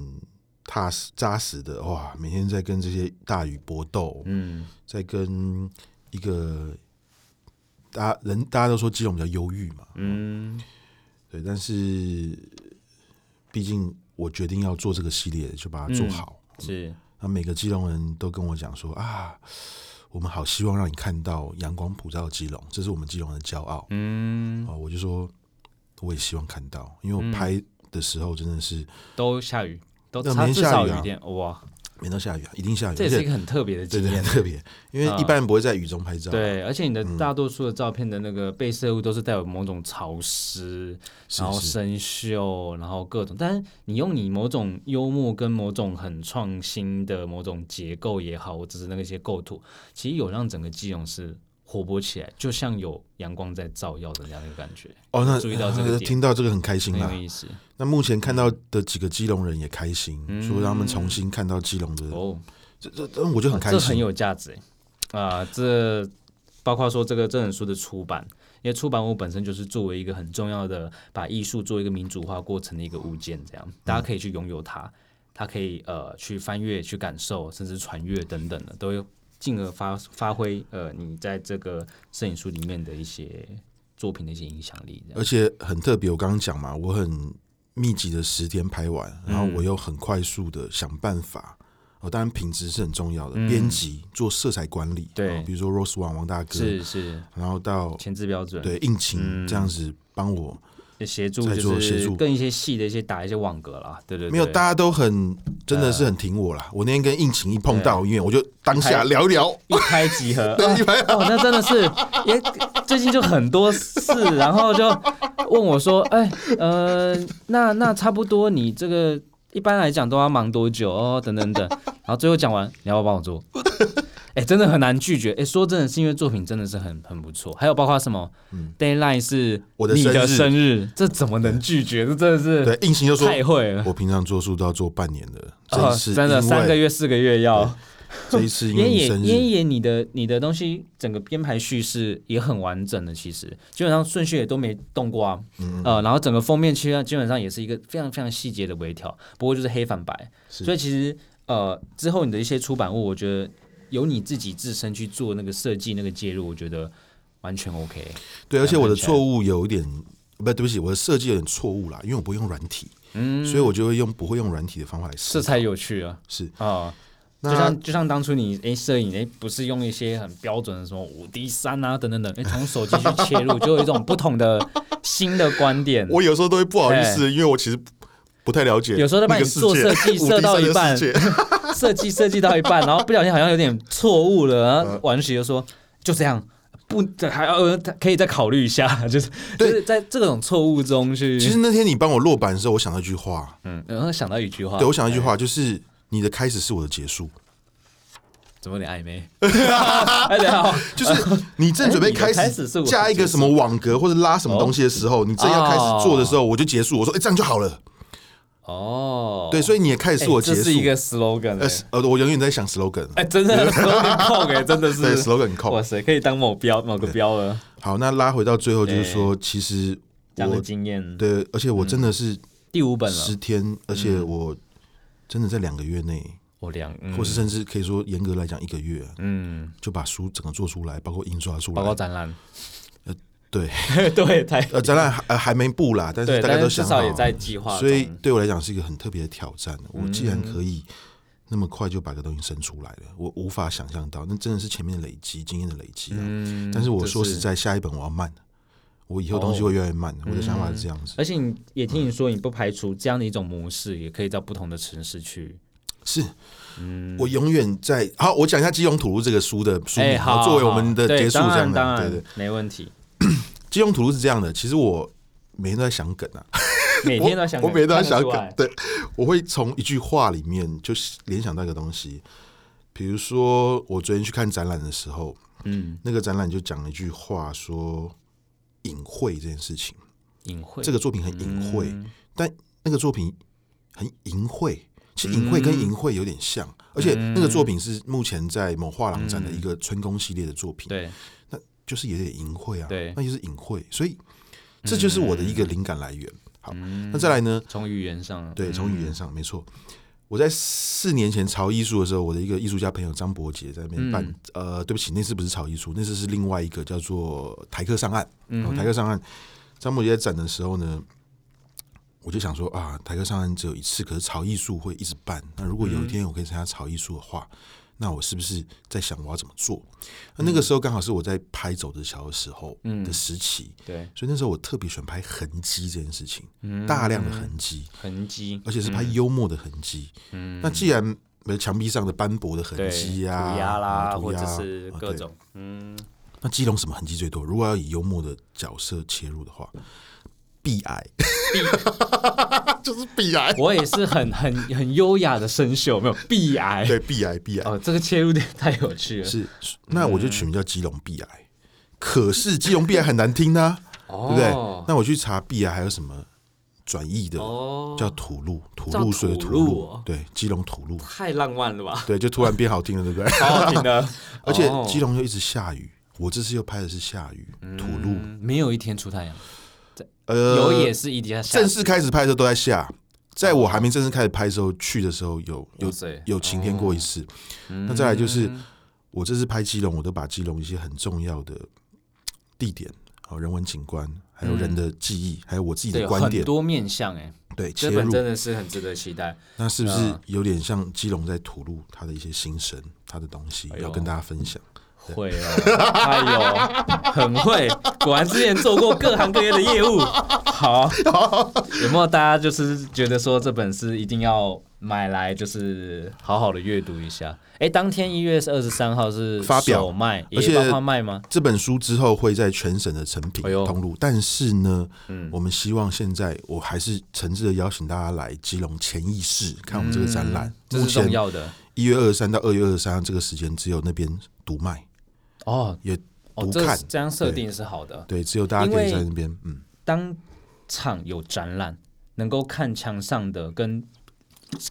[SPEAKER 1] 踏实扎实的哇，每天在跟这些大雨搏斗，
[SPEAKER 2] 嗯
[SPEAKER 1] 在跟一个大家人大家都说基隆比较忧郁嘛，
[SPEAKER 2] 嗯，
[SPEAKER 1] 对，但是毕竟我决定要做这个系列，就把
[SPEAKER 2] 嗯
[SPEAKER 1] 它做好。
[SPEAKER 2] 是
[SPEAKER 1] 那、每个基隆人都跟我讲说啊，我们好希望让你看到阳光普照的基隆，这是我们基隆人的骄傲。
[SPEAKER 2] 嗯
[SPEAKER 1] 啊，我就说我也希望看到，因为我拍的时候真的是
[SPEAKER 2] 都下雨，都
[SPEAKER 1] 那
[SPEAKER 2] 差
[SPEAKER 1] 没
[SPEAKER 2] 至
[SPEAKER 1] 下
[SPEAKER 2] 少
[SPEAKER 1] 雨啊
[SPEAKER 2] 雨天哇，
[SPEAKER 1] 每到下雨啊，一定下雨，
[SPEAKER 2] 这
[SPEAKER 1] 而
[SPEAKER 2] 也是
[SPEAKER 1] 且
[SPEAKER 2] 一个很特别的
[SPEAKER 1] 对
[SPEAKER 2] 经
[SPEAKER 1] 对
[SPEAKER 2] 验嗯
[SPEAKER 1] 很。特别，因为一般人不会在雨中拍照。
[SPEAKER 2] 对，而且你的大多数的照片的那个被摄物都是带有某种潮湿，
[SPEAKER 1] 是
[SPEAKER 2] 然后
[SPEAKER 1] 是
[SPEAKER 2] 生锈，然后各种。但是你用你某种幽默跟某种很创新的某种结构也好，或者是那个一些构图，其实有让整个基隆是活泼起来，就像有阳光在照耀的那样一个感觉，
[SPEAKER 1] 哦，那
[SPEAKER 2] 注意到这个点
[SPEAKER 1] 听到这个很开心
[SPEAKER 2] 很
[SPEAKER 1] 啦
[SPEAKER 2] 有。意思
[SPEAKER 1] 那目前看到的几个基隆人也开心，说他们重新看到基隆的，
[SPEAKER 2] 嗯哦。
[SPEAKER 1] 这这这我就很
[SPEAKER 2] 啊
[SPEAKER 1] 开
[SPEAKER 2] 这
[SPEAKER 1] 心
[SPEAKER 2] 很。有价值欸啊、这包括说这个这本书的出版，因为出版物本身就是作为一个很重要的把艺术做一个民主化过程的一个物件，这样
[SPEAKER 1] 嗯
[SPEAKER 2] 大家可以去拥有它，它可以呃去翻阅、去感受，甚至传阅等等的，都会进而发发挥呃你在这个摄影书里面的一些作品的一些影响力，这样
[SPEAKER 1] 而且很特别。我刚刚讲嘛，我很密集的十天拍完，
[SPEAKER 2] 嗯
[SPEAKER 1] 然后我又很快速的想办法。哦，当然品质是很重要的，编辑做色彩管理，
[SPEAKER 2] 嗯对
[SPEAKER 1] 哦比如说 Rose Wang 王大哥，
[SPEAKER 2] 是是
[SPEAKER 1] 然后到
[SPEAKER 2] 前嗯置标准，
[SPEAKER 1] 对应勤这样子帮我，
[SPEAKER 2] 协助
[SPEAKER 1] 在做
[SPEAKER 2] 就
[SPEAKER 1] 协
[SPEAKER 2] 是
[SPEAKER 1] 助
[SPEAKER 2] 跟一些细的一些打一些网格啦，对对对，啊
[SPEAKER 1] 没有，大家都很真的是很挺我啦。我那天跟应勤一碰到，因为我就当下聊一聊，
[SPEAKER 2] 一拍即合，
[SPEAKER 1] 对，一拍
[SPEAKER 2] 哦，那真的是也最近就很 多事，然后就问我说，哎，呃，那那差不多，你这个一般来讲都要忙多久哦？等等等，然后最后讲完，你要不要帮 我做？哎，真的很难拒绝。哎，说真的，是因为作品真的是很很不错，还有包括什么、d a y l i g h t 是
[SPEAKER 1] 嗯我的
[SPEAKER 2] 你
[SPEAKER 1] 生日
[SPEAKER 2] 的生日，这怎么能拒绝？这真的是
[SPEAKER 1] 对，应勤就说，
[SPEAKER 2] 太会了。
[SPEAKER 1] 我平常做数都要做半年的，这
[SPEAKER 2] 哦
[SPEAKER 1] 一次
[SPEAKER 2] 真的
[SPEAKER 1] 因
[SPEAKER 2] 三个
[SPEAKER 1] 为
[SPEAKER 2] 月四个月要，
[SPEAKER 1] 这一次因为
[SPEAKER 2] 烟
[SPEAKER 1] 你
[SPEAKER 2] 野
[SPEAKER 1] 生
[SPEAKER 2] 烟
[SPEAKER 1] 日，
[SPEAKER 2] 野，你的你的东西整个编排叙事也很完整的，其实基本上顺序也都没动过啊。
[SPEAKER 1] 嗯
[SPEAKER 2] 呃，然后整个封面其实基本上也是一个非常非常细节的微调，不过就是黑反白，
[SPEAKER 1] 是
[SPEAKER 2] 所以其实呃之后你的一些出版物，我觉得由你自己自身去做那个设计那个介入，我觉得完全 OK。
[SPEAKER 1] 对，而且
[SPEAKER 2] 两
[SPEAKER 1] 我的
[SPEAKER 2] 看起来
[SPEAKER 1] 错误有一点，不，对不起，我的设计有点错误啦，因为我不会用软体，
[SPEAKER 2] 嗯，
[SPEAKER 1] 所以我就会用不会用软体的方法来
[SPEAKER 2] 这
[SPEAKER 1] 试。
[SPEAKER 2] 才有趣啊
[SPEAKER 1] 是，
[SPEAKER 2] 啊！就
[SPEAKER 1] 那
[SPEAKER 2] 像就像当初你哎摄影哎不是用一些很标准的什么五 D 三啊等等等，哎从手机去切 入，就有一种不同的新的观点。
[SPEAKER 1] 我有时候都会不好意思，因为我其实不不太了解
[SPEAKER 2] 哎有时候在帮
[SPEAKER 1] 那
[SPEAKER 2] 你
[SPEAKER 1] 个世
[SPEAKER 2] 做
[SPEAKER 1] 界
[SPEAKER 2] 设 计
[SPEAKER 1] 五
[SPEAKER 2] 设
[SPEAKER 1] D
[SPEAKER 2] 到一
[SPEAKER 1] 三的
[SPEAKER 2] 半嗯
[SPEAKER 1] 世界
[SPEAKER 2] 设计设计到一半，然后不小心好像有点错误了，
[SPEAKER 1] 嗯
[SPEAKER 2] 然后王琦就说就这样。不，还要呃可以再考虑一下， 就是就
[SPEAKER 1] 对
[SPEAKER 2] 是在这种错误中去，
[SPEAKER 1] 其实那天你帮我落版的时候，我想到一句话，
[SPEAKER 2] 嗯，哎然后想到一句话，
[SPEAKER 1] 对我想到一句话，就是你的开始是我的结束，
[SPEAKER 2] 怎么有点 暧昧？哎，等一下哦，
[SPEAKER 1] 就是你正准备
[SPEAKER 2] 哎你的开始是我的
[SPEAKER 1] 加一个
[SPEAKER 2] 结束
[SPEAKER 1] 什么网格或者拉什么东西的时候，你正要开始做的时候，我就结束，我说哎这样就好了。
[SPEAKER 2] 哦，
[SPEAKER 1] 对，所以你也开始是我
[SPEAKER 2] 哎
[SPEAKER 1] 结
[SPEAKER 2] 这
[SPEAKER 1] 束。
[SPEAKER 2] 是一个 slogan，
[SPEAKER 1] 呃
[SPEAKER 2] 哎
[SPEAKER 1] 是呃，我永远在想 slogan，
[SPEAKER 2] 哎，真 的 slogan 控哎，真的
[SPEAKER 1] 对
[SPEAKER 2] 是
[SPEAKER 1] slogan 控
[SPEAKER 2] 哇。塞，可以当某标某个标了，
[SPEAKER 1] 好，那拉回到最后，就是
[SPEAKER 2] 哎
[SPEAKER 1] 说，其实
[SPEAKER 2] 这样的
[SPEAKER 1] 我
[SPEAKER 2] 经验。
[SPEAKER 1] 对，而且我真的是
[SPEAKER 2] 第五本
[SPEAKER 1] 十
[SPEAKER 2] 嗯了，嗯
[SPEAKER 1] 天，而且我真的在两个月内，
[SPEAKER 2] 我两，
[SPEAKER 1] 或是甚至可以说严格来讲一个月，
[SPEAKER 2] 嗯，
[SPEAKER 1] 就把书整个做出来，包括印刷出
[SPEAKER 2] 包括
[SPEAKER 1] 来。
[SPEAKER 2] 展览，
[SPEAKER 1] 对，
[SPEAKER 2] 对，太
[SPEAKER 1] 呃，展览还呃还没布啦，但
[SPEAKER 2] 对，
[SPEAKER 1] 是大家
[SPEAKER 2] 但
[SPEAKER 1] 都
[SPEAKER 2] 是至
[SPEAKER 1] 想
[SPEAKER 2] 少
[SPEAKER 1] 好
[SPEAKER 2] 也，在计划中，
[SPEAKER 1] 所以对我来讲是一个很特别的挑战。我既然
[SPEAKER 2] 嗯
[SPEAKER 1] 可以那么快就把个东西生出来了，我无法想象到，那真的是前面的累积、经验的累积啊。
[SPEAKER 2] 嗯，
[SPEAKER 1] 但是我说
[SPEAKER 2] 这
[SPEAKER 1] 实在，下一本我要慢，我以后东西会越来越
[SPEAKER 2] 哦
[SPEAKER 1] 慢。我的想法
[SPEAKER 2] 嗯
[SPEAKER 1] 是这样子，
[SPEAKER 2] 而且你也听你说，你不排除这样的一种模式，也可以到不同的城市去，
[SPEAKER 1] 是，
[SPEAKER 2] 嗯
[SPEAKER 1] 我永远在。好，我讲一下《基隆土路》这个书的书名，
[SPEAKER 2] 哎，好，
[SPEAKER 1] 作为我们的
[SPEAKER 2] 好
[SPEAKER 1] 结束这
[SPEAKER 2] 对当
[SPEAKER 1] 样
[SPEAKER 2] 然当
[SPEAKER 1] 的。对对，
[SPEAKER 2] 然
[SPEAKER 1] 《
[SPEAKER 2] 没问题，
[SPEAKER 1] 基隆土路》是这样的，其实我。每天都在想梗啊，
[SPEAKER 2] 每天都想，
[SPEAKER 1] 我我每天都在
[SPEAKER 2] 看
[SPEAKER 1] 想
[SPEAKER 2] 得出来
[SPEAKER 1] 梗，对，我会从一句话里面就联想到一个东西，比如说我昨天去看展览的时候，
[SPEAKER 2] 嗯
[SPEAKER 1] 那个展览就讲了一句话说隐晦这件事情，
[SPEAKER 2] 隐晦，
[SPEAKER 1] 这
[SPEAKER 2] 个
[SPEAKER 1] 个作品很隐晦，但那个作品很淫秽。其实隐晦跟淫秽有点像，而且那个作品是目前在某画廊展的一个春宫系列的作品，
[SPEAKER 2] 对，
[SPEAKER 1] 就是有点淫秽啊，
[SPEAKER 2] 对
[SPEAKER 1] 那就是隐晦，所以这就是我的一个灵感来源。好，那再来呢？
[SPEAKER 2] 从语言上，嗯
[SPEAKER 1] 对，从语言上没错。我在四年前潮艺术的时候，我的一个艺术家朋友张伯杰在那边办，呃，对不起，那次不是潮艺术，那次是另外一个叫做台客上岸。嗯、台客上岸，张伯杰在展的时候呢，我就想说啊，台客上岸只有一次，可是潮艺术会一直办。那如果有一天我可以参加潮艺术的话，那我是不是在想我要怎么做？那那个时候刚好是我在拍《走着瞧》的时候的时期，
[SPEAKER 2] 对
[SPEAKER 1] 所以那时候我特别喜欢拍痕迹这件事情，大量的痕迹。
[SPEAKER 2] 痕迹，
[SPEAKER 1] 而且是拍幽默的痕迹。嗯，那既然呃墙壁上的斑驳的痕
[SPEAKER 2] 对，
[SPEAKER 1] 迹啊，
[SPEAKER 2] 涂鸦啦，
[SPEAKER 1] 啊涂
[SPEAKER 2] 或
[SPEAKER 1] 鸦
[SPEAKER 2] 者是
[SPEAKER 1] 啊
[SPEAKER 2] 各
[SPEAKER 1] 对
[SPEAKER 2] 种，嗯，
[SPEAKER 1] 那基隆什么痕迹最多？如果要以幽默的角色切入的话，避癌， 就是避癌，
[SPEAKER 2] 我也是很 很很优雅的生锈，没有避癌，
[SPEAKER 1] 对，避癌，避癌
[SPEAKER 2] 哎哦，这个切入点太有趣了，
[SPEAKER 1] 是，那我就取名叫基隆避癌。可是基隆避癌很难听呢，对不对
[SPEAKER 2] 哦？
[SPEAKER 1] 那我去查避癌还有什么转译的，
[SPEAKER 2] 哦，
[SPEAKER 1] 叫土路，土
[SPEAKER 2] 叫
[SPEAKER 1] 路水的
[SPEAKER 2] 土
[SPEAKER 1] 土
[SPEAKER 2] 路
[SPEAKER 1] 路
[SPEAKER 2] 哦，
[SPEAKER 1] 对，基隆土路，
[SPEAKER 2] 太浪漫 了吧，哦
[SPEAKER 1] 对，就突然变好听了，对不对？
[SPEAKER 2] 好好 听的，
[SPEAKER 1] 而且
[SPEAKER 2] 哦
[SPEAKER 1] 基隆又一直下雨，我这次又拍的是下雨、土路，
[SPEAKER 2] 嗯没有一天出太阳，
[SPEAKER 1] 呃，
[SPEAKER 2] 有也是一天下哦
[SPEAKER 1] 正式开始拍的时候都在下，在我还没正式开始拍的时候，去的时候有有
[SPEAKER 2] 哇塞
[SPEAKER 1] 有晴天过一
[SPEAKER 2] 哦
[SPEAKER 1] 次。那再来就是
[SPEAKER 2] 嗯
[SPEAKER 1] 我这次拍基隆，我都把基隆一些很重要的地点。哦，人文景观，还有人的记忆，还有我自己
[SPEAKER 2] 嗯对
[SPEAKER 1] 的
[SPEAKER 2] 有
[SPEAKER 1] 观
[SPEAKER 2] 很
[SPEAKER 1] 点，
[SPEAKER 2] 多面向哎，
[SPEAKER 1] 对切
[SPEAKER 2] 这本
[SPEAKER 1] 入，
[SPEAKER 2] 真的是很值得期待。
[SPEAKER 1] 那是不是
[SPEAKER 2] 嗯
[SPEAKER 1] 有点像基隆在吐露他的一些心声，他的东西
[SPEAKER 2] 哎呦
[SPEAKER 1] 要跟大家分享？
[SPEAKER 2] 会哦，哎呦，很会，果然之前做过各行各业的业务。好，有没有大家就是觉得说这本是一定要买来，就是好好的阅读一下？哎，当天一月二十三号是
[SPEAKER 1] 发表
[SPEAKER 2] 首卖，
[SPEAKER 1] 而且
[SPEAKER 2] 也包括卖吗？
[SPEAKER 1] 这本书之后会在全省的成品
[SPEAKER 2] 哎呦嗯
[SPEAKER 1] 通路，但是呢，我们希望现在我还是诚挚的邀请大家来基隆潜意识看我们这个展览。
[SPEAKER 2] 嗯这
[SPEAKER 1] 目
[SPEAKER 2] 是重
[SPEAKER 1] 前
[SPEAKER 2] 要的
[SPEAKER 1] 一月二十三到二月二十三这个时间，只有那边独卖，
[SPEAKER 2] 哦。
[SPEAKER 1] 也
[SPEAKER 2] 哦
[SPEAKER 1] 独，
[SPEAKER 2] 这
[SPEAKER 1] 看，
[SPEAKER 2] 这样设定是好的。
[SPEAKER 1] 对，只有大家可以
[SPEAKER 2] 因为
[SPEAKER 1] 在那边，嗯，
[SPEAKER 2] 当场有展览，能够看墙上的跟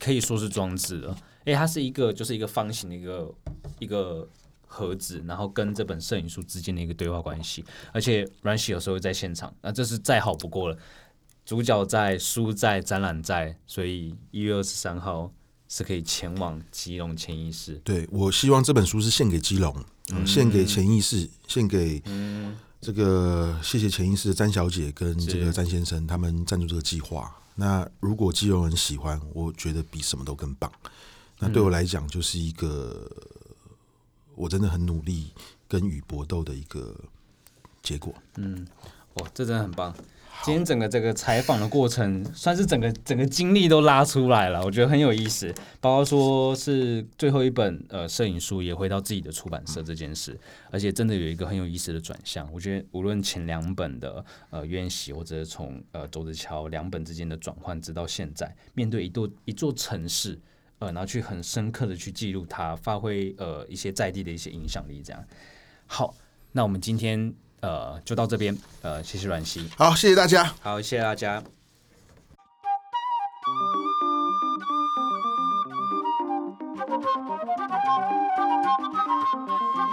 [SPEAKER 2] 可以说是装置了。诶，它是一个就是一个方形的一个一个盒子，然后跟这本摄影书之间的一个对话关系。而且阮喜有时候会在现场，那、这是再好不过了。主角在，书在，展览在，所以一月二十三号是可以前往基隆潜意识。
[SPEAKER 1] 对我希望这本书是献给基隆，嗯献给潜意识，献给这个谢谢潜意识的詹小姐跟这个詹先生他们赞助这个计划。那如果基隆人喜欢，我觉得比什么都更棒。那对我来讲，就是一个我真的很努力跟雨搏斗的一个结果。
[SPEAKER 2] 哇，这真的很棒！今天整个这个采访的过程，算是整个整个经历都拉出来了，我觉得很有意思。包括说是最后一本呃摄影书也回到自己的出版社这件事，而且真的有一个很有意思的转向。我觉得无论前两本的呃渊喜，或者是从呃周子乔两本之间的转换，直到现在，面对一座一座城市。呃，然后去很深刻的去记录它，发挥呃一些在地的一些影响力，这样。好，那我们今天呃就到这边，呃，谢谢阮熙，
[SPEAKER 1] 好，谢谢大家。
[SPEAKER 2] 好，谢谢大家。
[SPEAKER 3] Thank